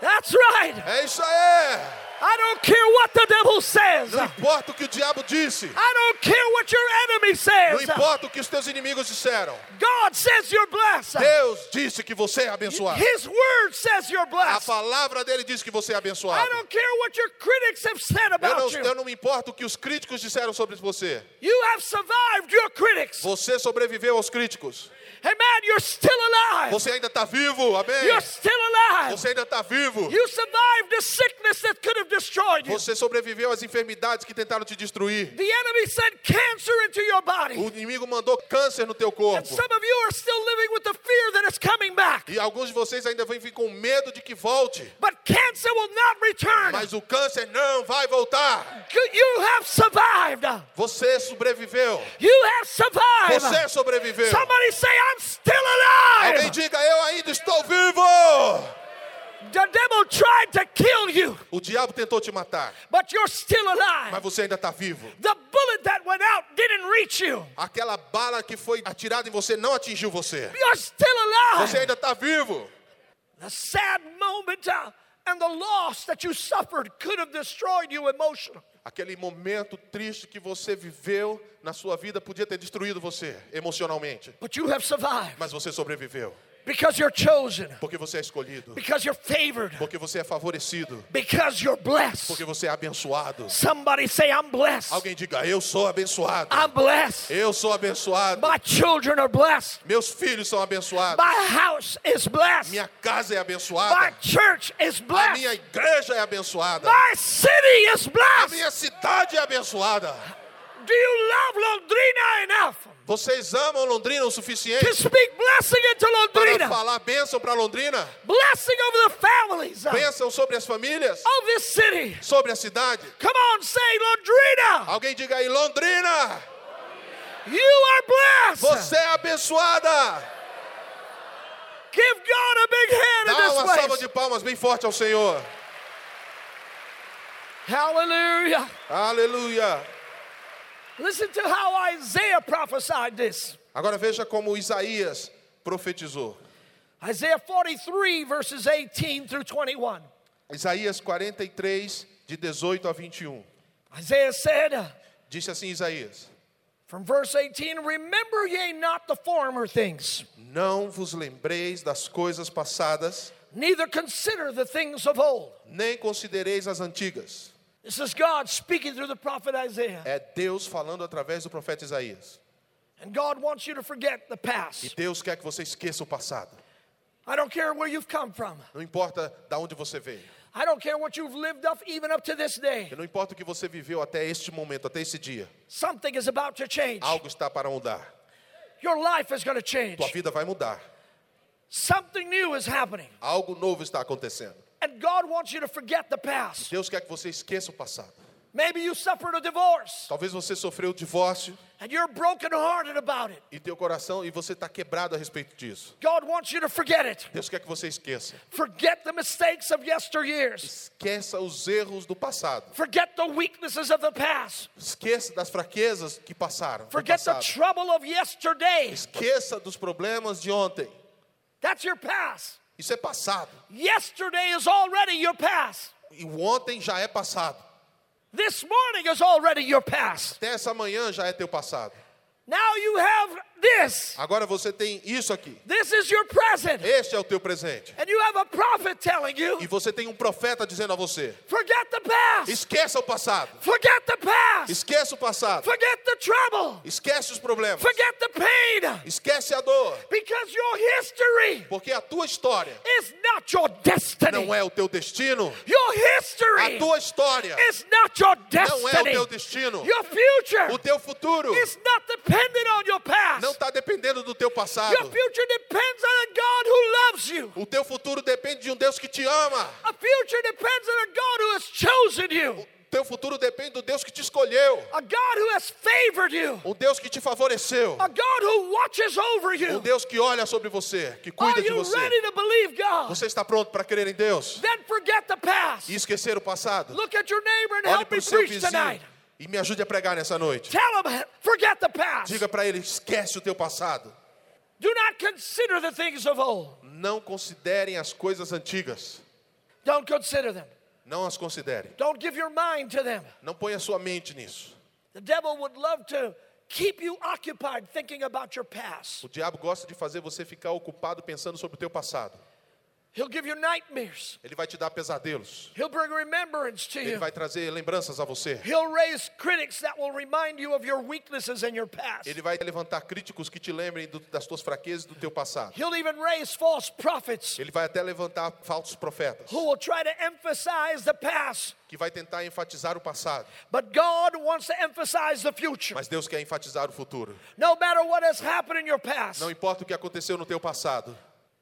A: That's right.
B: É isso aí.
A: I don't care what the devil says.
B: Não importa o que o diabo disse.
A: I don't care what your enemy
B: Não
A: says.
B: importa o que os teus inimigos disseram.
A: God says you're blessed.
B: Deus disse que você é abençoado.
A: His word says you're
B: A
A: blessed.
B: palavra dele diz que você é
A: I
B: abençoado.
A: don't care what your critics have said
B: Eu não,
A: about you.
B: eu não me importo o que os críticos disseram sobre você.
A: You have survived your critics.
B: Você sobreviveu aos críticos.
A: Hey man, you're still alive.
B: Você ainda está vivo, amém?
A: You're still alive.
B: Você ainda está vivo.
A: You survived the sickness that could have destroyed you.
B: Você sobreviveu às enfermidades que tentaram te destruir.
A: The enemy sent cancer into your body.
B: O inimigo mandou câncer no teu
A: And
B: corpo.
A: some of you are still living with the fear that it's coming back.
B: E alguns de vocês ainda vão vir com medo de que volte.
A: But cancer will not return.
B: Mas o câncer não vai voltar.
A: You have survived.
B: Você sobreviveu.
A: You have survived.
B: Você sobreviveu.
A: Somebody say, I'm still
B: Alguém
A: alive.
B: diga, eu ainda estou vivo.
A: The devil tried to kill you,
B: O diabo tentou te matar,
A: but you're still alive.
B: mas você ainda está vivo.
A: The bullet that went out didn't reach you.
B: Aquela bala que foi atirada em você não atingiu você.
A: You're still
B: Você
A: alive.
B: ainda está vivo.
A: The sad moment uh, and the loss that you suffered could have destroyed you emotionally.
B: Aquele momento triste que você viveu na sua vida podia ter destruído você emocionalmente,
A: But you have survived
B: mas você sobreviveu.
A: because you're chosen,
B: Porque você é escolhido,
A: because you're favored,
B: porque você é favorecido,
A: because you're blessed.
B: porque você é abençoado.
A: Somebody say, I'm blessed.
B: Alguém diga, eu sou abençoado.
A: I'm blessed.
B: Eu sou abençoado.
A: My children are blessed.
B: Meus filhos são abençoados.
A: My house is blessed.
B: Minha casa é
A: My
B: abençoada.
A: church is
B: A minha
A: blessed.
B: igreja é abençoada.
A: My city is
B: A
A: blessed.
B: minha cidade é abençoada.
A: Do you love Londrina enough
B: Vocês amam Londrina o
A: to
B: suficiente
A: speak blessing into
B: para
A: Londrina?
B: falar bênção para Londrina?
A: Blessing over the families uh, of
B: Bênção sobre as famílias?
A: this city.
B: Sobre a cidade?
A: Come on, say Londrina,
B: Alguém diga aí, Londrina,
A: you are blessed.
B: você é abençoada.
A: Give God a big hand in
B: Dá uma
A: this
B: salva
A: place.
B: de palmas bem forte ao Senhor.
A: Hallelujah.
B: Aleluia.
A: Listen to how Isaiah prophesied this.
B: Agora veja como Isaías profetizou.
A: Isaiah 43, verses 18 through 21.
B: Isaías 43, de 18 a 21.
A: Isaiah said, uh,
B: Disse assim Isaías:
A: from verse 18, Remember ye not the former things,
B: Não vos lembreis das coisas passadas,
A: neither consider the things of old.
B: nem considereis as antigas.
A: This is God speaking through the prophet Isaiah.
B: É Deus falando através do profeta Isaías.
A: And God wants you to forget the
B: E
A: past.
B: Deus quer que você esqueça o passado.
A: I don't care where you've come from.
B: Não importa da onde você veio.
A: I don't care what you've lived up even up to this day.
B: E Não importa o que você viveu até este momento, até esse dia.
A: Something is about to change.
B: Algo está para mudar.
A: Your life is going to change.
B: Tua vida vai mudar.
A: Something new is happening.
B: Algo novo está acontecendo.
A: And God wants you to forget the past.
B: Deus quer que você esqueça o passado.
A: Maybe you suffered a divorce
B: Talvez você sofreu o divórcio
A: and you're brokenhearted about it.
B: e teu coração e você está quebrado a respeito disso.
A: God wants you to forget it.
B: Deus quer que você esqueça.
A: Forget the mistakes of yesteryears.
B: Esqueça os erros do passado.
A: Forget the weaknesses of the past.
B: Esqueça das fraquezas que passaram. do
A: Forget the
B: passado.
A: trouble of yesterday.
B: Esqueça dos problemas de ontem.
A: That's your past.
B: Isso é passado.
A: Yesterday is already your past.
B: E o ontem já é passado.
A: This morning is already your past.
B: Até essa manhã já é teu passado.
A: Now you have this.
B: Agora você tem isso aqui.
A: This is your present.
B: Este é o teu presente.
A: And you have a prophet telling you
B: E você tem um profeta dizendo a você:
A: forget the past.
B: esqueça o passado,
A: Forget the past.
B: esqueça o passado,
A: Forget the trouble.
B: esquece os problemas,
A: Forget the pain.
B: esquece a dor,
A: Because your history
B: porque a tua história
A: is not your destiny.
B: não é o teu destino.
A: Your
B: A
A: history
B: tua história
A: is not your
B: não é o
A: destiny.
B: teu destino.
A: Your
B: O
A: future
B: teu futuro
A: is not dependent on your past.
B: não está dependendo do teu passado.
A: Your future depends on a God who loves you.
B: O teu futuro depende de um Deus que te ama.
A: A future depends on a God who has chosen you,
B: O teu futuro depende do Deus que te escolheu.
A: a God who has favored you,
B: Um Deus que te favoreceu.
A: a God who watches over
B: Um
A: you.
B: Deus que olha sobre você, que
A: Are
B: cuida de
A: you
B: você.
A: ready to believe God?
B: Você está pronto para crer em Deus
A: Then forget the past.
B: e esquecer o passado?
A: Look at your neighbor and
B: Olhe
A: help
B: para
A: me
B: o seu
A: preach
B: vizinho
A: tonight.
B: e me ajude a pregar nessa noite.
A: Tell him, forget the past.
B: Diga para ele: esquece o teu passado.
A: Do not consider the things of old.
B: Não considerem as coisas antigas.
A: Don't consider them.
B: Não as considere.
A: Don't give your mind to them.
B: Não ponha sua mente nisso.
A: The devil would love to keep you occupied thinking about your past.
B: O diabo gosta de fazer você ficar ocupado pensando sobre o teu passado.
A: He'll give you nightmares.
B: Ele vai te dar pesadelos.
A: He'll bring remembrance to
B: Ele
A: you.
B: vai trazer lembranças a você.
A: He'll raise critics that will remind you of your weaknesses and your past.
B: Ele vai levantar críticos que te lembrem do- das tuas fraquezas e do teu passado.
A: He'll even raise false prophets
B: Ele vai até levantar falsos profetas
A: who will try to emphasize the past,
B: que vai tentar enfatizar o passado,
A: but God wants to emphasize the future.
B: mas Deus quer enfatizar o futuro.
A: No matter what has happened in your past,
B: Não importa o que aconteceu no teu passado,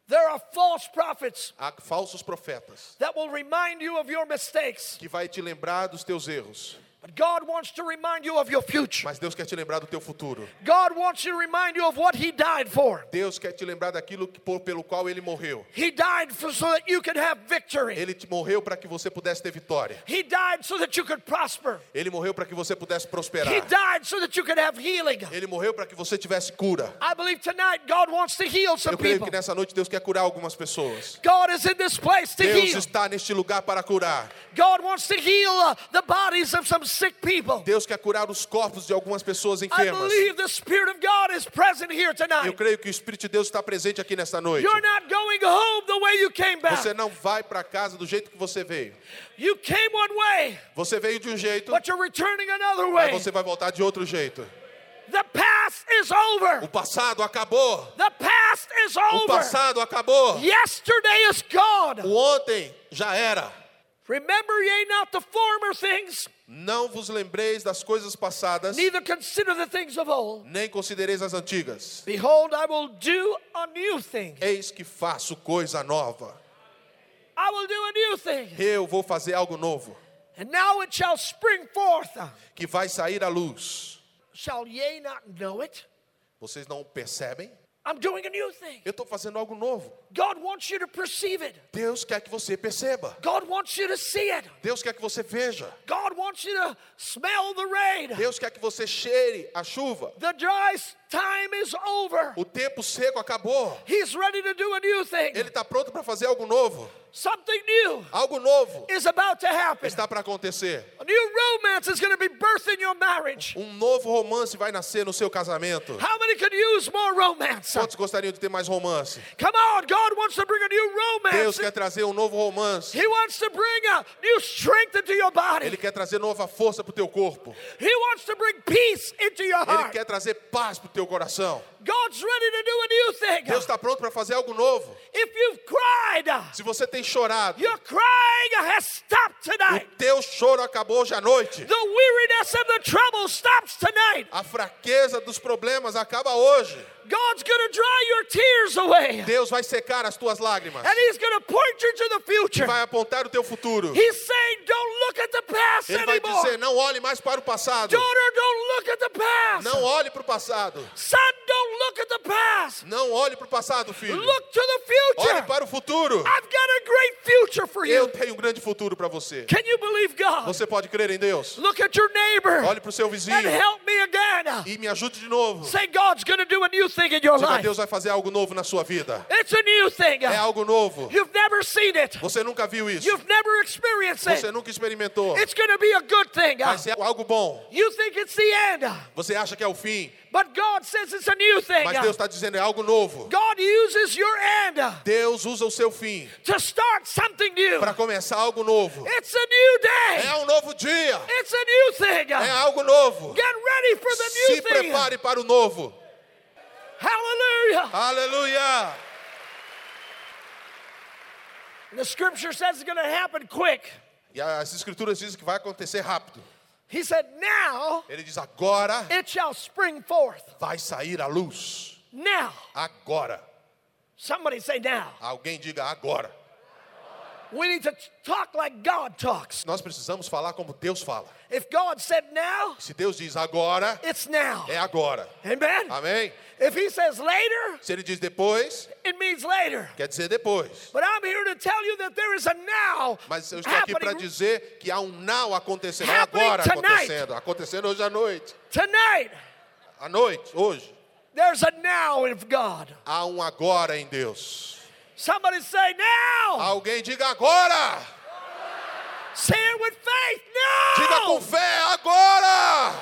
A: there are false prophets
B: há falsos profetas
A: that will remind you of your mistakes,
B: que vai te lembrar dos teus erros,
A: but God wants to remind you of your future.
B: mas Deus quer te lembrar do teu futuro.
A: God wants to remind you of what He died for.
B: Deus quer te lembrar daquilo que- por- pelo qual ele morreu.
A: He died for, so that you could have victory.
B: Ele te morreu para que você pudesse ter vitória.
A: He died so that you could prosper.
B: Ele morreu para que você pudesse prosperar.
A: He died so that you could have healing.
B: Ele morreu para que você tivesse cura.
A: I believe tonight God wants to heal some
B: Eu creio
A: people.
B: que nessa noite Deus quer curar algumas pessoas.
A: God is in this place to
B: Deus
A: heal.
B: está neste lugar para curar.
A: God wants to heal uh, the bodies of some sick people.
B: Deus quer curar os corpos de algumas pessoas
A: I
B: enfermas.
A: believe the Spirit of God is present here
B: Eu
A: tonight.
B: creio que o Espírito de Deus está presente aqui nesta noite.
A: You're not going home the way you came back.
B: Você não vai para casa do jeito que você veio.
A: You came one way,
B: Você veio de um jeito,
A: but you're returning another way.
B: mas você vai voltar de outro jeito.
A: The past is over.
B: O passado acabou.
A: The past is
B: O
A: over.
B: passado acabou.
A: Yesterday is gone.
B: O ontem já era.
A: Remember ye not the former things,
B: Não vos lembreis das coisas passadas,
A: neither consider the things of old.
B: nem considereis as antigas.
A: Behold, I will do a new thing.
B: Eis que faço coisa nova.
A: I will do a new thing.
B: Eu vou fazer algo novo,
A: And now it shall spring forth.
B: que vai sair à luz.
A: Shall ye not know it?
B: Vocês não percebem?
A: I'm doing a new thing.
B: Eu estou fazendo algo novo.
A: God wants you to perceive it.
B: Deus quer que você perceba.
A: God wants you to see it.
B: Deus quer que você veja.
A: God wants you to smell the rain.
B: Deus quer que você cheire a chuva.
A: The dry s- time is over.
B: O tempo seco acabou.
A: He's ready to do a new thing.
B: Ele está pronto para fazer algo novo.
A: Something new
B: Algo novo
A: is about to happen.
B: está para acontecer.
A: A new romance is going to be birthed in your marriage.
B: Um novo romance vai nascer no seu casamento.
A: How many could use more romance?
B: Quantos gostariam de ter mais romance?
A: Come on, God wants to bring a new
B: Deus
A: romance.
B: quer trazer um novo romance.
A: He wants to bring a new strength into your
B: Ele
A: body.
B: quer trazer nova força para o teu corpo.
A: He wants to bring peace into your
B: Ele
A: heart.
B: quer trazer paz para o teu coração.
A: God's ready to do a new thing.
B: Deus está pronto para fazer algo novo.
A: If you've cried,
B: Se você tem chorado,
A: your crying has stopped tonight.
B: o teu choro acabou hoje à noite.
A: The weariness of the trouble stops tonight.
B: A fraqueza dos problemas acaba hoje.
A: God's going to dry your tears away.
B: Deus vai secar as tuas lágrimas.
A: And He's going to point you to the future.
B: Vai apontar o teu futuro.
A: He's saying, don't look at the past
B: Ele vai
A: anymore.
B: dizer: não olhe mais para o passado.
A: Daughter, don't look at the past.
B: Não olhe para o passado.
A: Son, don't look at the past.
B: Não olhe para o passado, filho.
A: Look to the
B: Olhe
A: future.
B: para o futuro.
A: I've got a great future for
B: Eu
A: you.
B: tenho um grande futuro para você.
A: Can you believe God?
B: Você pode crer em Deus?
A: Look at your neighbor
B: Olhe para o seu vizinho
A: and help me again.
B: e me ajude de novo.
A: Say God's going to do a new thing in your
B: Diga,
A: life.
B: Deus vai fazer algo novo na sua vida.
A: It's a new thing.
B: É algo novo.
A: You've never seen it.
B: Você nunca viu isso.
A: You've never experienced
B: Você
A: it.
B: nunca experimentou.
A: It's going to be a good thing.
B: Vai ser algo bom.
A: You think it's the end,
B: Você acha que é o fim,
A: but God says it's a new thing.
B: mas Deus está dizendo é algo novo.
A: God uses your end
B: Deus usa o seu fim
A: to start something new.
B: para começar algo novo.
A: It's a new
B: É
A: day.
B: um novo dia.
A: It's a new thing.
B: É algo novo.
A: Get ready for the new
B: Se
A: thing.
B: prepare para o novo. Uh,
A: Hallelujah.
B: Aleluia!
A: The scripture says it's going to happen quick.
B: E as escrituras dizem que vai acontecer rápido.
A: He said, Now
B: Ele diz: agora
A: it shall spring forth.
B: vai sair a luz.
A: Now.
B: Agora.
A: Somebody say now.
B: Alguém diga agora.
A: We need to t- talk like God talks.
B: Nós precisamos falar como Deus fala.
A: If God said now,
B: Se Deus diz agora,
A: it's now.
B: é agora.
A: Amen.
B: Amém?
A: If He says later,
B: Se ele diz depois,
A: it means later.
B: quer dizer depois.
A: But I'm here to tell you that there is a now
B: Mas eu estou aqui para
A: happening
B: dizer que há um now acontecendo é
A: Happening
B: agora
A: tonight.
B: acontecendo, acontecendo hoje à noite.
A: tonight.
B: À noite, hoje,
A: There's a now of God.
B: há um agora em Deus. Uh,
A: Somebody say now.
B: Alguém diga agora!
A: Say it with faith
B: Diga
A: now.
B: com fé agora!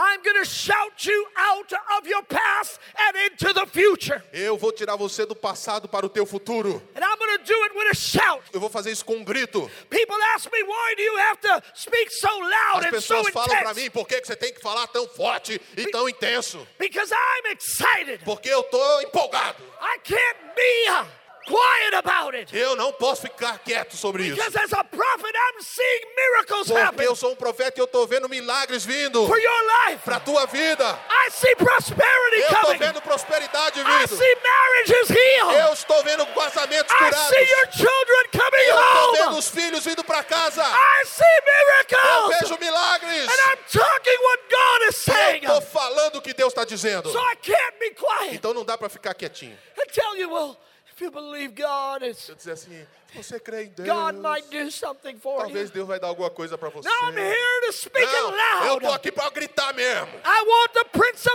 A: I'm going to shout you out of your past and into the future.
B: Eu vou tirar você do passado para o teu futuro.
A: And I'm going to do it with a shout.
B: Eu vou fazer isso com um grito.
A: People ask me, why do you have to speak so loud
B: As
A: and so
B: pessoas falam para
A: intense?
B: mim por que que você tem que falar tão forte e tão intenso.
A: Because I'm excited.
B: Porque eu tô empolgado.
A: I can't be uh, quiet about it.
B: Eu não posso ficar quieto sobre isso.
A: Because as a prophet, I'm seeing miracles
B: Porque
A: happen
B: eu sou um profeta e eu tô vendo milagres vindo
A: for your life.
B: para tua vida.
A: I see prosperity
B: Eu tô
A: coming.
B: vendo prosperidade
A: I
B: vindo.
A: see marriages healed.
B: Eu estou vendo casamentos
A: I
B: curados.
A: see your children coming
B: Eu estou vendo
A: home.
B: os filhos indo para casa.
A: I
B: Eu
A: see miracles.
B: vejo milagres.
A: And I'm talking what God is saying.
B: Eu tô falando o que Deus está dizendo.
A: So I can't be quiet.
B: Então não dá para ficar quietinho.
A: I tell you, well, if you believe God, it's,
B: Eu dizer assim, se você crê em Deus,
A: God might do something for you.
B: talvez Deus vai dar alguma coisa para você.
A: No, I'm here to speak
B: Não, eu
A: it
B: tô
A: loud.
B: aqui para gritar mesmo.
A: I want the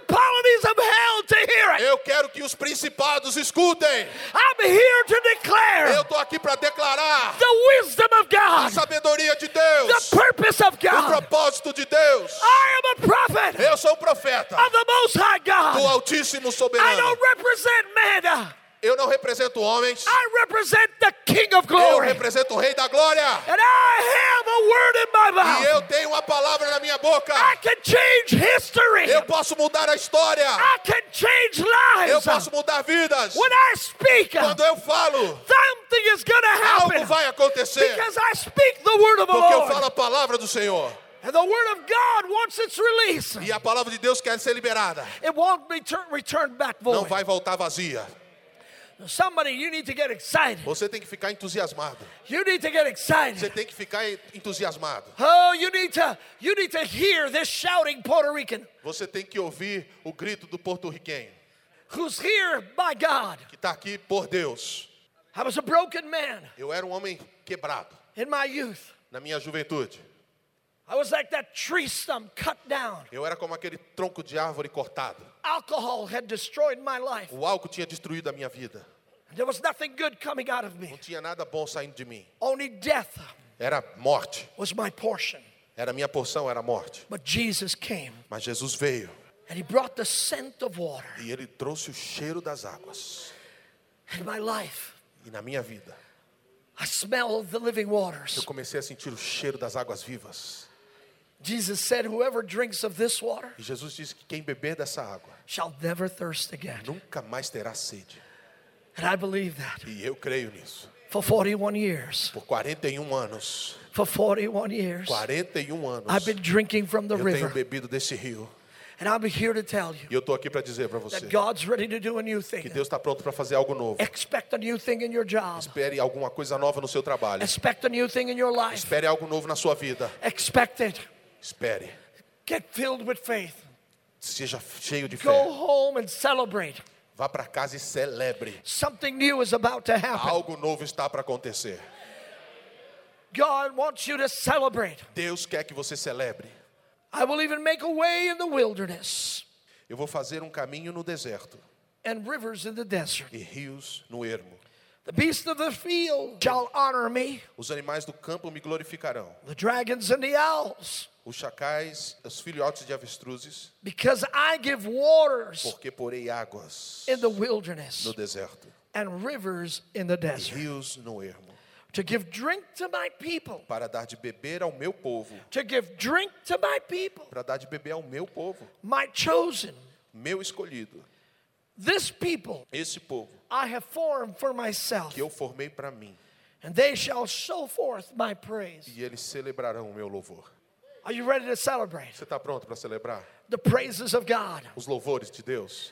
A: principalities of hell to hear it.
B: Eu quero que os principados escutem.
A: I'm here to declare
B: Eu tô aqui para declarar
A: the wisdom of
B: a
A: God,
B: sabedoria de
A: the
B: Deus,
A: purpose of
B: o
A: God.
B: propósito de Deus.
A: I am a prophet
B: Eu sou o profeta
A: of the Most High
B: do
A: God.
B: Altíssimo
A: I
B: Soberano.
A: don't represent man.
B: Eu não represento homens,
A: I represent the King of
B: eu
A: Glory.
B: represento o Rei da Glória.
A: And I have a word in my
B: E
A: mouth.
B: eu tenho uma palavra na minha boca.
A: I can change history.
B: Eu posso mudar a história.
A: I can change
B: Eu
A: lives.
B: posso mudar vidas.
A: When I speak,
B: Quando eu falo,
A: something is going to
B: algo
A: happen.
B: vai acontecer.
A: Ah, Because I speak the word of the
B: Porque eu
A: Lord.
B: falo a palavra do Senor.
A: And the word of God, once it's released,
B: E a palavra de Deus quer ser liberada.
A: it won't be tur- return back
B: Não
A: void.
B: vai voltar vazia.
A: Somebody, you need to get excited.
B: Você tem que ficar entusiasmado.
A: You need to get
B: Você
A: excited.
B: tem que ficar entusiasmado.
A: Oh, you need to you need to hear this shouting Puerto Rican
B: Você tem que ouvir o grito do porto-riquenho
A: who's here by God.
B: que está aqui por Deus.
A: I was a broken man
B: Eu era um homem quebrado
A: in my youth.
B: na minha juventude.
A: I was like that tree stump cut down.
B: Eu era como aquele tronco de árvore cortado.
A: Alcohol had destroyed my life.
B: O álcool tinha destruído a minha vida.
A: There was nothing good coming out of me.
B: Não tinha nada bom saindo de mim.
A: Only death
B: Era morte.
A: was my portion.
B: Era minha porção, era morte.
A: But Jesus came
B: Mas Jesus veio
A: and he brought the scent of water.
B: e ele trouxe o cheiro das águas.
A: And my life,
B: E na minha vida,
A: I smelled the living
B: eu
A: waters.
B: comecei a sentir o cheiro das águas vivas.
A: Jesus said, Whoever drinks of this water
B: E Jesus disse que quem beber dessa água
A: shall never thirst again.
B: nunca mais terá sede.
A: And I believe that.
B: E eu creio nisso.
A: For 41 years,
B: Por 41 anos,
A: for 41 years,
B: 41 anos,
A: I've been drinking from the
B: eu tenho
A: river.
B: bebido desse rio.
A: And I'm here to tell you
B: E eu estou aqui para dizer para você
A: that God's ready to do a new
B: que
A: thing.
B: Deus está pronto para fazer algo novo.
A: Expect a new thing in your job.
B: Espere alguma coisa nova no seu trabalho.
A: Expect a new thing in your life.
B: Espere algo novo na sua vida.
A: Expect it.
B: Espere.
A: Get filled with faith.
B: Seja cheio de
A: Go
B: fé.
A: home and celebrate.
B: Vá para casa e celebre.
A: Something new is about to happen.
B: Algo novo está para acontecer.
A: God wants you to celebrate.
B: Deus quer que você celebre.
A: I will even make a way in the wilderness
B: Eu vou fazer um caminho no deserto
A: and rivers in the desert.
B: e rios no ermo.
A: The beasts of the field shall honor me,
B: Os animais do campo me glorificarão.
A: the dragons and the owls,
B: Os chacais, os filhotes de avestruzes,
A: because I give waters
B: porque porei águas
A: in the wilderness
B: no deserto
A: and rivers in the
B: e
A: desert
B: rios no ermo,
A: to give drink to my people,
B: para dar de beber ao meu povo,
A: to give drink to my people,
B: para dar de beber ao meu povo,
A: my chosen.
B: meu escolhido,
A: This people
B: esse povo
A: I have formed for myself,
B: que eu formei para mim,
A: and they shall show forth my praise.
B: e eles celebrarão o meu louvor.
A: Are you ready to celebrate
B: Você está pronto para celebrar
A: the praises of God?
B: os louvores de Deus?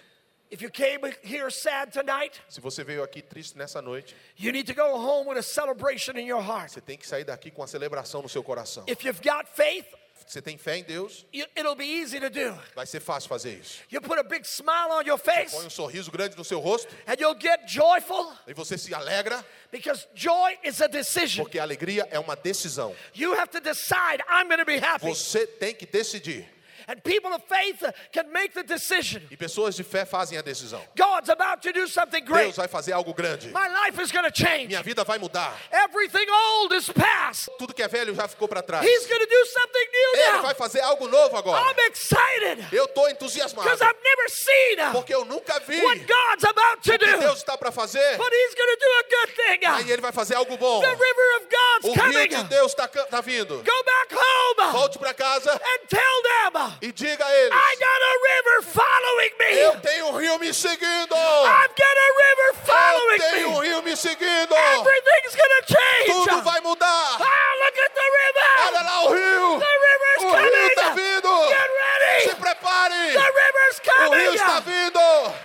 A: If you came here sad tonight,
B: Se você veio aqui triste nessa noite,
A: you need to go home with a celebration in your heart.
B: você tem que sair daqui com a celebração no seu coração.
A: If you've got faith,
B: Você tem fé em Deus?
A: you, it'll be easy to do.
B: Vai ser fácil fazer isso.
A: You put a big smile on your
B: Põe
A: face
B: um sorriso grande no seu rosto
A: and you'll get joyful
B: e você se alegra,
A: because joy is a decision.
B: porque a alegria é uma decisão.
A: You have to decide, I'm going to be happy.
B: Você tem que decidir.
A: and people of faith uh, can make the decision.
B: E pessoas de fé fazem a decisão.
A: God's about to do something
B: Deus
A: great.
B: vai fazer algo grande.
A: My life is going to change.
B: Minha vida vai mudar.
A: Everything old is past.
B: Tudo que é velho já ficou para trás.
A: He's going to do something new
B: Ele
A: now.
B: vai fazer algo novo
A: I'm
B: agora.
A: excited
B: Eu estou entusiasmado.
A: because I've never seen uh,
B: Porque eu nunca vi
A: what
B: o
A: God's about to
B: que
A: do.
B: Deus está para fazer.
A: But He's going to do a good
B: Aí
A: thing. uh.
B: ele vai fazer algo bom.
A: The river of
B: O
A: God's
B: rio
A: coming.
B: de
A: uh.
B: Deus está tá vindo.
A: Go back home uh,
B: Volte para casa
A: and tell them uh,
B: e diga a eles:
A: I got a river following
B: Eu
A: me.
B: tenho um rio me seguindo.
A: I've got a river
B: Eu
A: following
B: tenho um
A: me.
B: rio me seguindo.
A: Ah, Everything's gonna change.
B: Tudo vai mudar.
A: Ah, look at the
B: Olha
A: river.
B: lá o rio.
A: The river's
B: O rio está
A: coming. Get
B: vindo. Se
A: ready.
B: prepare.
A: The river's
B: O rio está
A: coming.
B: vindo.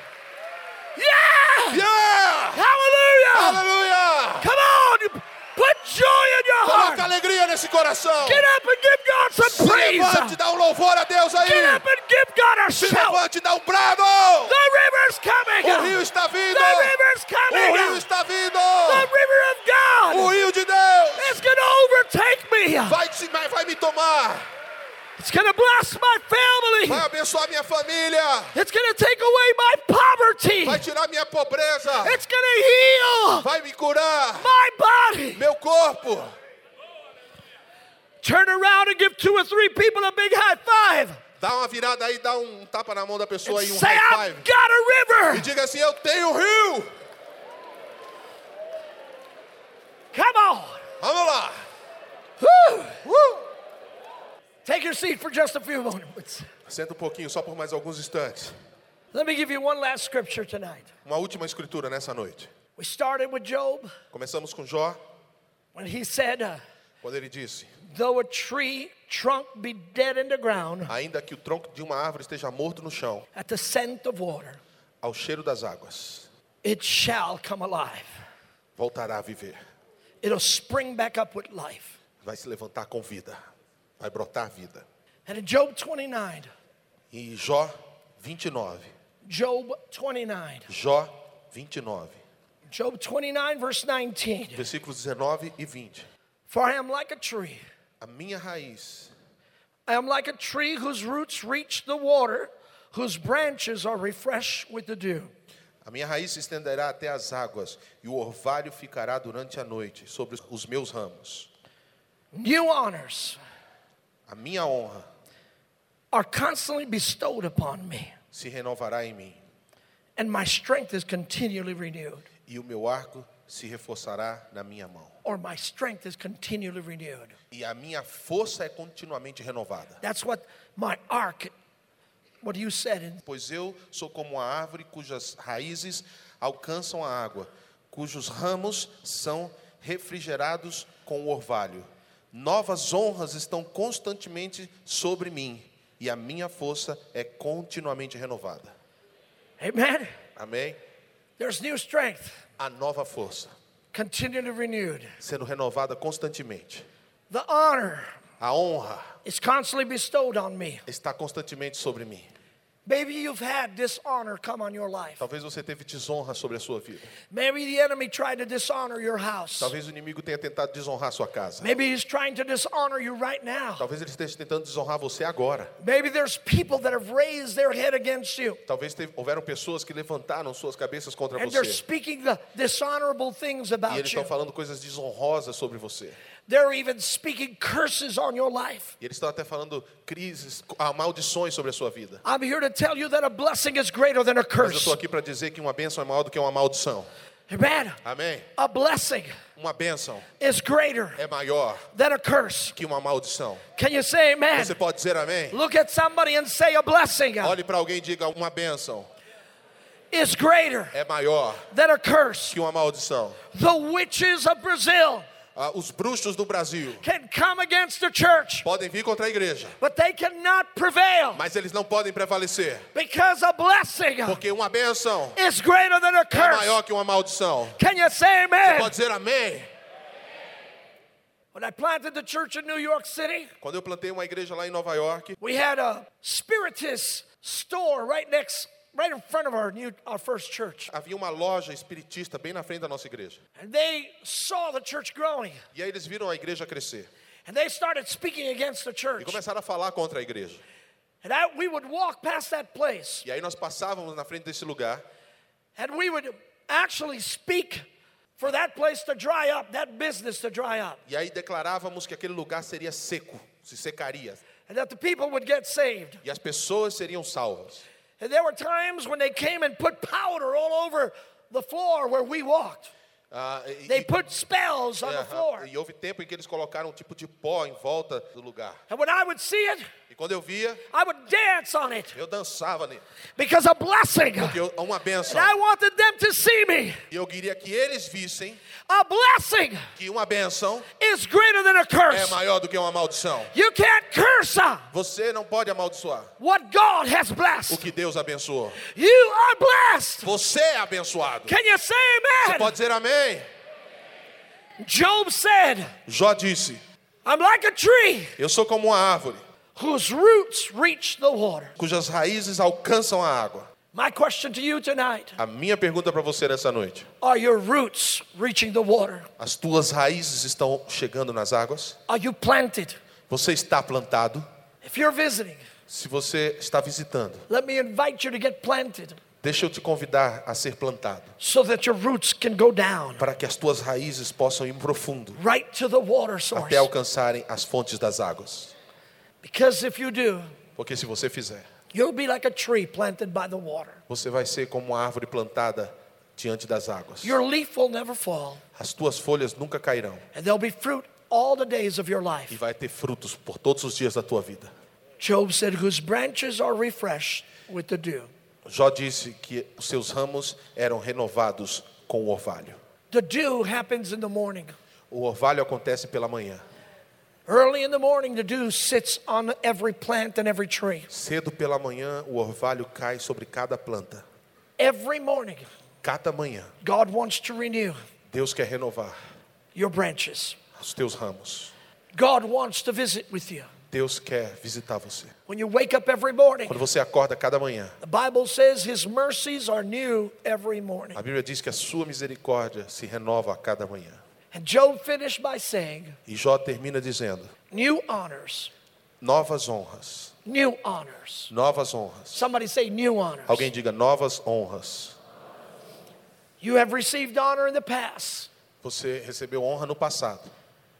A: Yeah.
B: Yeah!
A: Hallelujah.
B: Aleluia!
A: Come on. Put joy in your
B: Coloca
A: heart.
B: alegria nesse coração.
A: Get up and give God
B: Se
A: some praise.
B: levante, dá um louvor a Deus
A: Get
B: aí.
A: up and give God a
B: Se
A: shout.
B: levante, dá um brado.
A: The river's
B: O
A: coming.
B: rio está vindo.
A: The river's
B: O rio
A: coming.
B: está vindo.
A: The river of
B: O
A: God
B: rio de Deus
A: is going to overtake me.
B: vai, te- vai- vai me tomar.
A: It's going to bless my
B: Vai
A: family.
B: abençoar minha família.
A: It's going to take away my poverty.
B: Vai tirar minha pobreza.
A: It's going to heal
B: Vai me curar.
A: my body.
B: Meu corpo.
A: Turn around and give two or three people a big high five.
B: Dá uma virada aí, dá um tapa na mão da pessoa aí, um
A: Say,
B: high
A: I've
B: five.
A: got a
B: E
A: river.
B: diga assim: Eu tenho um rio.
A: Come on.
B: Vamos lá.
A: Woo. Take your seat for just a few moments.
B: Senta um pouquinho, só por mais alguns instantes.
A: Let me give you one last scripture tonight.
B: Uma última escritura nessa noite.
A: We started with Job
B: Começamos com Jó,
A: when he said, uh,
B: quando ele disse:
A: Though a tree trunk be dead in the ground
B: Ainda que o tronco de uma árvore esteja morto no chão,
A: at the scent of water,
B: ao cheiro das águas,
A: it shall come alive.
B: voltará a viver.
A: It'll spring back up with life.
B: Vai se levantar com vida. Vai brotar vida.
A: And in Job 29,
B: E Jó 29.
A: Job 29,
B: Jó 29.
A: Job 29, verse 19.
B: Versículos 19 e 20.
A: For I am like a tree.
B: A minha raiz
A: I am like a tree whose roots reach the water, whose branches are refreshed with the dew.
B: A minha raiz se estenderá até as águas, e o orvalho ficará durante a noite sobre os meus ramos.
A: New honors
B: A minha honra
A: are constantly bestowed upon me,
B: se renovará em mim,
A: and my strength is continually renewed,
B: e o meu arco se reforçará na minha mão.
A: or my strength is continually renewed.
B: E a minha força é continuamente renovada,
A: That's what my ark, what you said in
B: pois eu sou como a árvore cujas raízes alcançam a água, cujos ramos são refrigerados com o orvalho. Novas honras estão constantemente sobre mim, e a minha força é continuamente renovada.
A: Amen.
B: Amém?
A: There's new strength,
B: A nova força
A: continually renewed.
B: sendo renovada constantemente.
A: The honor
B: A honra
A: is constantly bestowed on me.
B: está constantemente sobre mim.
A: Maybe you've had dishonor come on your life.
B: Talvez você teve desonra sobre a sua vida.
A: Maybe the enemy tried to dishonor your house.
B: Talvez o inimigo tenha tentado desonrar a sua casa.
A: Maybe he's trying to dishonor you right now.
B: Talvez ele esteja tentando desonrar você agora.
A: Maybe there's people that have raised their head against you
B: Talvez teve, houveram pessoas que levantaram suas cabeças contra
A: and they're
B: você.
A: speaking the dishonorable things
B: E eles
A: about you.
B: estão falando coisas desonrosas sobre você.
A: They're even speaking curses on your life.
B: E eles estão até falando crises, ah, maldições sobre a sua vida.
A: I'm here to tell you that a blessing is greater than a
B: Mas eu
A: curse.
B: estou aqui para dizer que uma bênção é maior do que uma maldição.
A: Amen.
B: Amém?
A: A blessing
B: Uma bênção
A: is greater
B: é maior
A: than a curse.
B: que uma maldição.
A: Can you say amen?
B: Você pode dizer amém?
A: Look at somebody and say a blessing
B: Olhe para alguém e diga: uma bênção
A: is greater
B: é maior
A: than a curse.
B: que uma maldição.
A: The witches of Brazil
B: Ah, os bruxos do Brasil
A: can come against the church,
B: podem vir contra a igreja,
A: but they cannot prevail
B: mas eles não podem prevalecer,
A: because a blessing
B: porque uma bênção
A: is greater than a
B: é
A: curse.
B: maior que uma maldição.
A: Can you say amen?
B: Pode dizer amém?
A: When I planted the church in New York City,
B: Quando eu plantei uma igreja lá em Nova York,
A: we had a spiritist store right next, right in front of our new, our first church.
B: havia uma loja espiritista bem na frente da nossa igreja.
A: And they saw the church growing
B: E aí eles viram a igreja crescer
A: and they started speaking against the
B: e
A: church.
B: começaram a falar contra a igreja.
A: And I, we would walk past that place
B: E aí nós passávamos na frente desse lugar
A: and we would actually speak for that place to dry up, that business to dry up,
B: e aí declarávamos que aquele lugar seria seco, se secaria,
A: and that the people would get saved.
B: e as pessoas seriam salvas.
A: And there were times when they came and put powder all over the floor where we walked.
B: Ah, e,
A: They
B: e-
A: put spells on the
B: Aham.
A: floor.
B: E houve tempo em que eles colocaram um tipo de pó em volta do lugar.
A: And when I would see it,
B: E quando eu via,
A: I would dance on it
B: eu dançava nele.
A: because a blessing.
B: Que eu, uma
A: And
B: benção.
A: I wanted them to see me.
B: E eu queria que eles vissem
A: A blessing
B: que uma benção
A: is greater than a
B: é
A: curse.
B: maior do que uma maldição.
A: You can't curse uh,
B: Você não pode amaldiçoar
A: what God has
B: o
A: blessed.
B: que Deus abençoou.
A: You are blessed.
B: Você é abençoado.
A: Can you say
B: Você
A: amen?
B: pode dizer amém?
A: Job said,
B: Jó disse:
A: I'm like a tree
B: Eu sou como uma árvore
A: whose roots reach the water.
B: cujas raízes alcançam a água.
A: My question to you tonight
B: A minha pergunta para você nessa noite:
A: are your roots reaching the water?
B: As tuas raízes estão chegando nas águas?
A: Are you planted?
B: Você está plantado?
A: If you're visiting,
B: Se você está visitando,
A: let me invite you to get planted
B: deixa eu te convidar a ser plantado,
A: so that your roots can go down
B: para que as tuas raízes possam ir profundo
A: right to the water source.
B: até alcançarem as fontes das águas.
A: Because if you do,
B: Porque se você fizer,
A: you'll be like a tree planted by the water.
B: você vai ser como uma árvore plantada diante das águas.
A: Your leaf will never fall,
B: As tuas folhas nunca cairão
A: and there'll be fruit all the days of your
B: e
A: life.
B: vai ter frutos por todos os dias da tua vida.
A: Job said, Whose branches are refreshed with the dew.
B: Jó disse que os seus ramos eram renovados com o orvalho.
A: The dew happens in the morning.
B: O orvalho acontece pela manhã.
A: Early in the morning, the dew sits on every plant and every tree.
B: Cedo pela manhã, o orvalho cai sobre cada planta.
A: Every morning,
B: Cada manhã,
A: God wants to renew
B: Deus quer renovar
A: your branches.
B: os teus ramos.
A: God wants to visit with you.
B: Deus quer visitar você.
A: When you wake up every morning,
B: Quando você acorda cada manhã,
A: the Bible says His mercies are new every morning.
B: a Bíblia diz que a sua misericórdia se renova a cada manhã.
A: And Job finished by saying,
B: E Jó termina dizendo:
A: New honors,
B: novas honras,
A: new honors.
B: novas honras.
A: Somebody say, New honors.
B: Alguém diga novas honras.
A: You have received honor in the past.
B: Você recebeu honra no passado.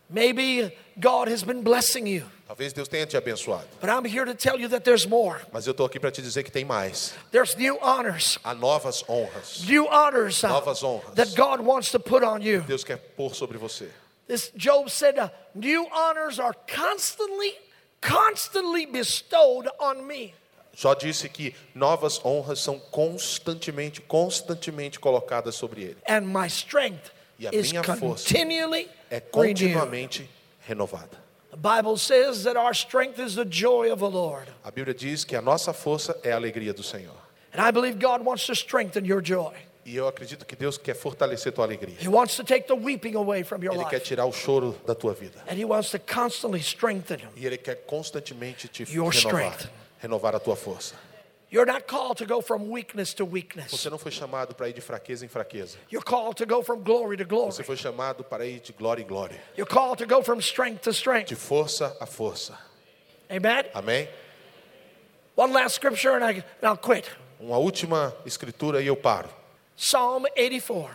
A: Maybe God has been blessing you,
B: Talvez Deus tenha te abençoado.
A: but I'm here to tell you that there's more.
B: Mas eu estou aqui para te dizer que tem mais.
A: There's new honors.
B: Há novas honras.
A: New honors uh,
B: Novas honras.
A: that God wants to put on you.
B: Deus quer pôr sobre você.
A: This Job said, uh, "New honors are constantly, constantly bestowed on me."
B: Jó disse que novas honras são constantemente, constantemente colocadas sobre ele.
A: and my strength
B: E a
A: is
B: minha força
A: continually
B: É
A: renewed.
B: continuamente renovada.
A: The Bible says that our strength is the joy of the Lord.
B: A Bíblia diz que a nossa força é a alegria do Senhor.
A: And I believe God wants to strengthen your joy.
B: E eu acredito que Deus quer fortalecer tua alegria.
A: He wants to take the weeping away from your
B: Ele quer
A: life.
B: tirar o choro da tua vida.
A: And He wants to constantly strengthen you.
B: E Ele quer constantemente te
A: Your
B: renovar.
A: strength.
B: Renovar a tua força.
A: You're not called to go from weakness to weakness.
B: Você não foi chamado para ir de fraqueza em fraqueza.
A: You're called to go from glory to
B: Você
A: glory.
B: foi chamado para ir de glória em glória.
A: You're called to go from strength to
B: De
A: strength.
B: força a força.
A: Amen?
B: Amém?
A: One last scripture and, I, and I'll quit.
B: Uma última escritura e eu paro.
A: Psalm 84,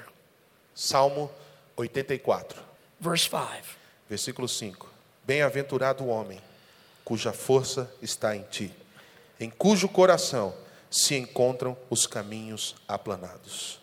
B: Salmo 84,
A: verse 5.
B: versículo 5. Bem-aventurado o homem cuja força está em ti, em cujo coração se encontram os caminhos aplanados,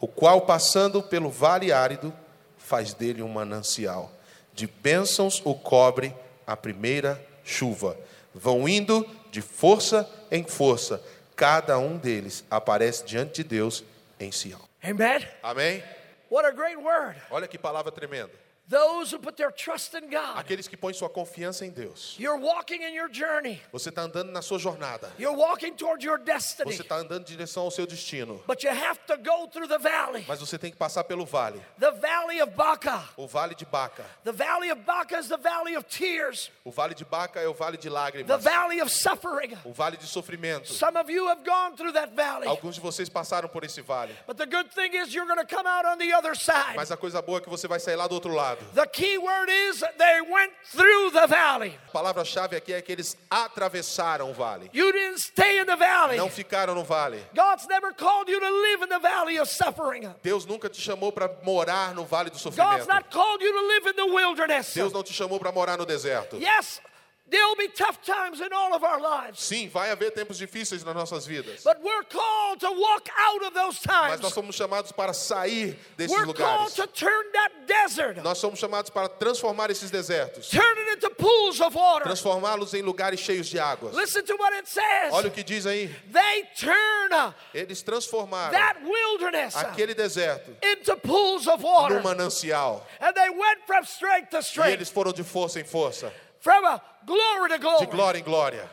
B: o qual, passando pelo vale árido, faz dele um manancial. De bênçãos o cobre a primeira chuva. Vão indo de força em força, cada um deles aparece diante de Deus em Sião.
A: Amen?
B: Amém?
A: What a great word.
B: Olha que palavra tremenda.
A: Those who put their trust in God.
B: Aqueles que põem sua confiança em Deus.
A: You're walking in your journey.
B: Você está andando na sua jornada.
A: You're walking toward your destiny.
B: Você está andando em direção ao seu destino.
A: But you have to go through the valley.
B: Mas você tem que passar pelo vale.
A: The valley of Baca.
B: O vale de Baca.
A: The valley of Baca is the valley of tears,
B: O vale de Baca é o vale de
A: the
B: lágrimas.
A: valley of suffering.
B: O vale de sofrimento.
A: Some of you have gone through that valley.
B: Alguns de vocês passaram por esse vale.
A: But the good thing is you're going to come out on the other side.
B: Mas a coisa boa é que você vai sair lá do outro lado. lado.
A: The key word is they went through the valley.
B: A palavra-chave aqui é que eles atravessaram o vale.
A: You didn't stay in the valley.
B: Não ficaram no vale.
A: God's never called you to live in the valley of suffering.
B: Deus nunca te chamou para morar no vale do sofrimento.
A: God's not called you to live in the wilderness.
B: Deus não te chamou para morar no deserto.
A: Yes, there'll be tough times in all of our lives,
B: Sim, vai haver tempos difíceis nas nossas vidas.
A: but we're called to walk out of those
B: Mas nós
A: times.
B: somos chamados para sair desses
A: We're called
B: lugares.
A: to turn that desert,
B: Nós somos chamados para transformar esses desertos,
A: turn it into pools of water.
B: transformá-los em lugares cheios de águas.
A: Listen to what it
B: Olha
A: says.
B: o que diz aí.
A: They turn uh,
B: Eles transformaram
A: that wilderness uh,
B: aquele deserto
A: into pools of
B: num
A: water.
B: manancial.
A: And they went from strength to
B: E
A: strength,
B: eles foram de força em força,
A: from uh, glory to
B: de
A: glory.
B: glória em glória.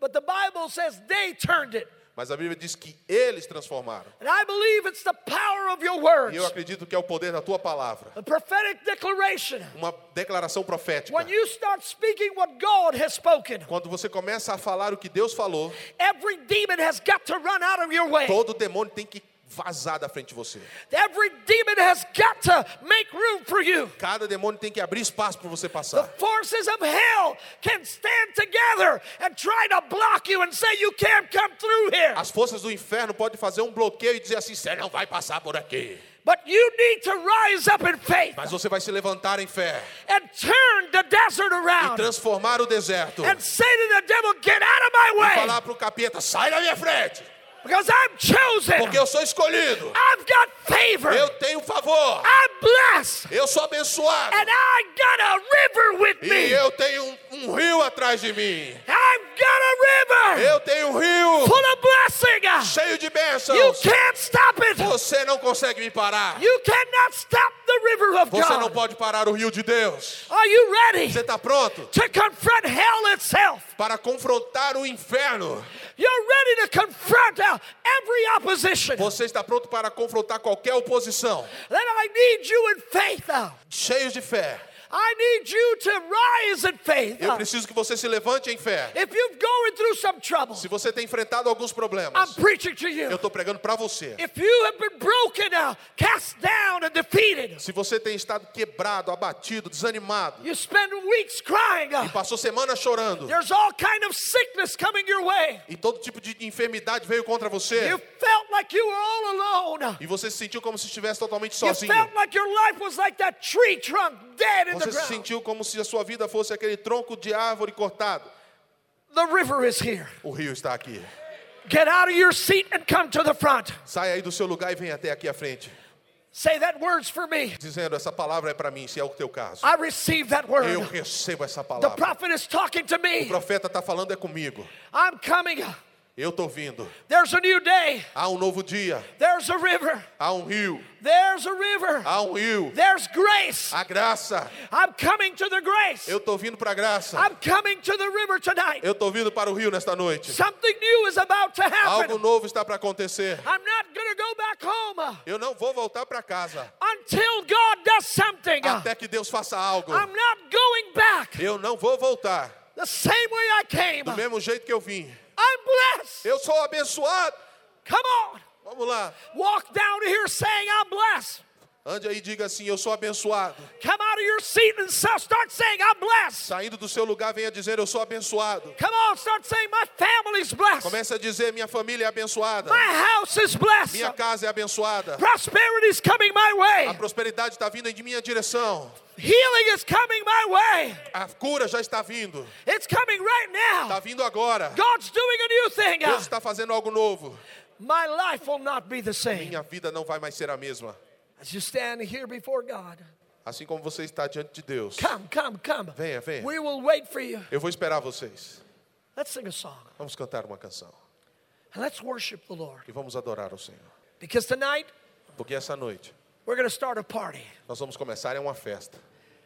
A: But the Bible says they turned it.
B: Mas a Bíblia diz que eles transformaram.
A: And I believe it's the power of your
B: E
A: words,
B: eu acredito que é o poder da tua palavra.
A: the prophetic declaration.
B: Uma declaração profética.
A: When you start speaking what God has spoken,
B: Quando você começa a falar o que Deus falou,
A: every demon has got to run out of your way.
B: todo demônio tem que vazar da frente de você.
A: Every demon has got to make room for you.
B: Cada demônio tem que abrir espaço para você
A: The
B: passar.
A: forces of hell can stand together and try to block you and say you can't come through here.
B: As forças do inferno podem fazer um bloqueio e dizer assim: você não vai passar por aqui.
A: But you need to rise up in faith
B: Mas você vai se levantar em fé
A: and turn the desert
B: e
A: around
B: transformar o deserto.
A: and
B: E
A: say to the devil, Get out of my way
B: falar pro capeta: sai da minha frente,
A: because I'm chosen.
B: porque eu sou escolhido.
A: I've got favor.
B: Eu tenho favor.
A: I'm blessed.
B: Eu sou abençoado.
A: And I got a river with
B: E
A: me.
B: eu tenho um, um rio atrás de mim.
A: I've got a river
B: Eu tenho um rio
A: full of blessing.
B: cheio de
A: You
B: bênçãos.
A: can't stop it.
B: Você não consegue me parar.
A: You cannot stop the river of
B: Você não
A: God.
B: pode parar o rio de Deus.
A: Are you ready
B: Você está pronto
A: to confront hell itself?
B: para confrontar o inferno?
A: You're ready to confront uh, every opposition. Then
B: Você está pronto para confrontar qualquer oposição?
A: I need you in faith. uh.
B: Cheios de fé.
A: I need you to rise in faith.
B: Eu
A: uh.
B: preciso que você se levante em fé.
A: If you've going through some trouble,
B: Se você tem enfrentado alguns
A: I'm
B: problemas,
A: preaching to
B: eu
A: you.
B: estou pregando para você.
A: If you have been broken, uh, cast down, and defeated,
B: Se você tem estado quebrado, abatido, desanimado,
A: you spend weeks crying. uh,
B: passou semanas chorando
A: There's all kind of sickness coming your way.
B: e todo tipo de enfermidade veio contra você
A: You felt like you were all alone. uh.
B: e você se sentiu como se estivesse totalmente
A: You
B: sozinho.
A: felt like your life was like that tree trunk dead in the
B: Você se
A: ground.
B: sentiu como se a sua vida fosse aquele tronco de árvore cortado.
A: The river is here.
B: O rio está aqui.
A: Get out of your seat and come to the front.
B: Sai aí do seu lugar e vem até aqui à frente,
A: Say that words for me.
B: dizendo: Essa palavra é para mim, se é o teu caso.
A: I receive that
B: Eu
A: word.
B: recebo essa
A: Ah, The
B: palavra.
A: prophet is talking to
B: O
A: me.
B: profeta está falando é comigo.
A: I'm coming.
B: Eu estou vindo.
A: There's a new day.
B: Há um novo dia.
A: There's a river.
B: Há um rio.
A: There's a river.
B: Há um rio.
A: There's grace.
B: A graça.
A: I'm coming to the grace.
B: Eu estou vindo para a graça.
A: I'm coming to the river tonight.
B: Eu estou vindo para o rio nesta noite.
A: Something new is about to happen.
B: Algo novo está para acontecer.
A: I'm not going to go back home uh,
B: Eu não vou voltar para casa
A: until God does something. uh.
B: até que Deus faça algo.
A: I'm not going back
B: Eu não vou voltar
A: the same way I came.
B: do mesmo jeito que eu vim.
A: I'm blessed.
B: Eu sou abençoado.
A: Come on.
B: Vamos lá.
A: Walk down here saying, I'm blessed.
B: Ande aí e diga assim: Eu sou abençoado.
A: Come out of your seat and so- start saying, I'm blessed.
B: Saindo do seu lugar, venha dizer: Eu sou abençoado.
A: Come on, start saying, My family's blessed.
B: Comece a dizer: Minha família é abençoada.
A: My house is blessed.
B: Minha casa é abençoada.
A: Prosperity's coming my
B: A
A: way.
B: prosperidade está vindo em minha direção.
A: Healing is coming my way.
B: A cura já está vindo.
A: It's coming right
B: Está
A: now.
B: Tá vindo agora.
A: God's doing a new thing.
B: Deus está fazendo algo novo.
A: My life will not be the same.
B: Minha vida não vai mais ser a mesma.
A: As you stand here before God,
B: Assim como você está diante de Deus.
A: come, come, come.
B: Venha, venha.
A: We will wait for you.
B: Eu vou esperar vocês.
A: Let's sing a song.
B: Vamos cantar uma canção
A: And let's worship the Lord.
B: e vamos adorar ao Senhor.
A: Because tonight,
B: Porque essa noite
A: we're going to start a party,
B: nós vamos começar é uma festa,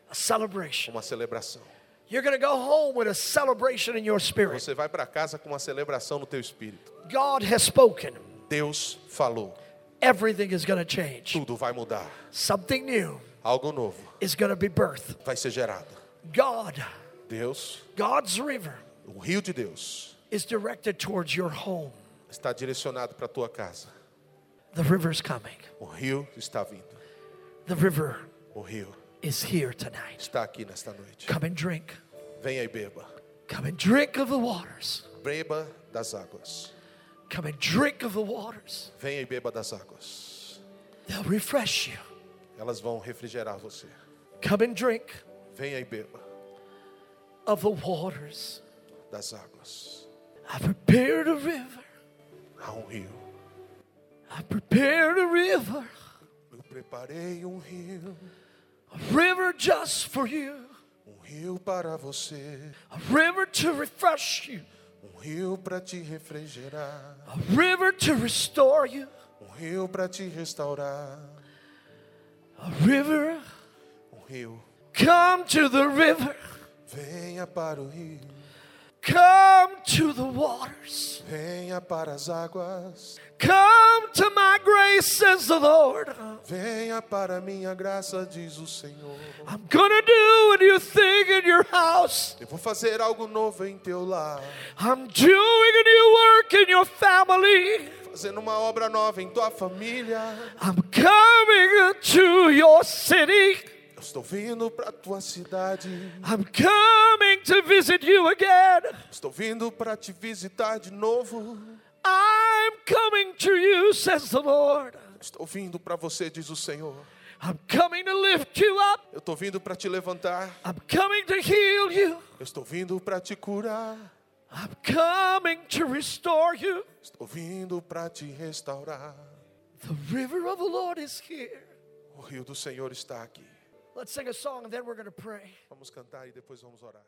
A: a celebration.
B: uma celebração.
A: You're going to go home with a celebration in your spirit.
B: Você vai para casa com uma celebração no teu espírito.
A: God has spoken.
B: Deus falou,
A: Everything is going to change.
B: tudo vai mudar.
A: Something new
B: Algo novo
A: is going to be birthed.
B: vai ser gerado.
A: God,
B: Deus,
A: God's river
B: o rio de Deus
A: is directed towards your home.
B: está direcionado para a tua casa.
A: The river's coming.
B: O rio está vindo.
A: The river
B: O rio
A: is here tonight.
B: está aqui nesta noite.
A: Come and drink.
B: Venha e beba.
A: Come and drink of the waters.
B: Beba das águas.
A: Come and drink of the waters.
B: Venha e beba das águas.
A: They'll refresh you.
B: Elas vão refrigerar você.
A: Come and drink
B: Venha e beba
A: of the waters.
B: das águas.
A: I prepared a river.
B: Há um rio.
A: I prepared a river.
B: Eu preparei um rio,
A: A river just for you.
B: um rio para você,
A: A river to refresh you.
B: um rio para te refrigerar,
A: A river to restore you.
B: um rio para te restaurar,
A: A river.
B: um rio.
A: Come to the river.
B: Venha para o rio,
A: Come to the waters.
B: venha para as águas,
A: Come to my grace, says the Lord.
B: venha para a minha graça, diz o Senhor.
A: I'm gonna do what you think in your house.
B: Eu vou fazer algo novo em teu lar,
A: I'm doing a new work in your family.
B: fazendo uma obra nova em tua família.
A: I'm coming to your city.
B: Eu estou vindo para tua cidade.
A: I'm coming to visit you again.
B: Estou vindo para te visitar de novo.
A: I'm coming to you, says the Lord.
B: Estou vindo para você, diz o Senhor.
A: I'm coming to lift you up.
B: Eu estou vindo para te levantar.
A: I'm coming to heal you.
B: Eu estou vindo para te curar.
A: I'm coming to restore you.
B: Estou vindo para te restaurar.
A: The river of the Lord is here.
B: O rio do Senhor está aqui.
A: Let's sing a song and then we're going to pray.
B: Vamos cantar e depois vamos orar.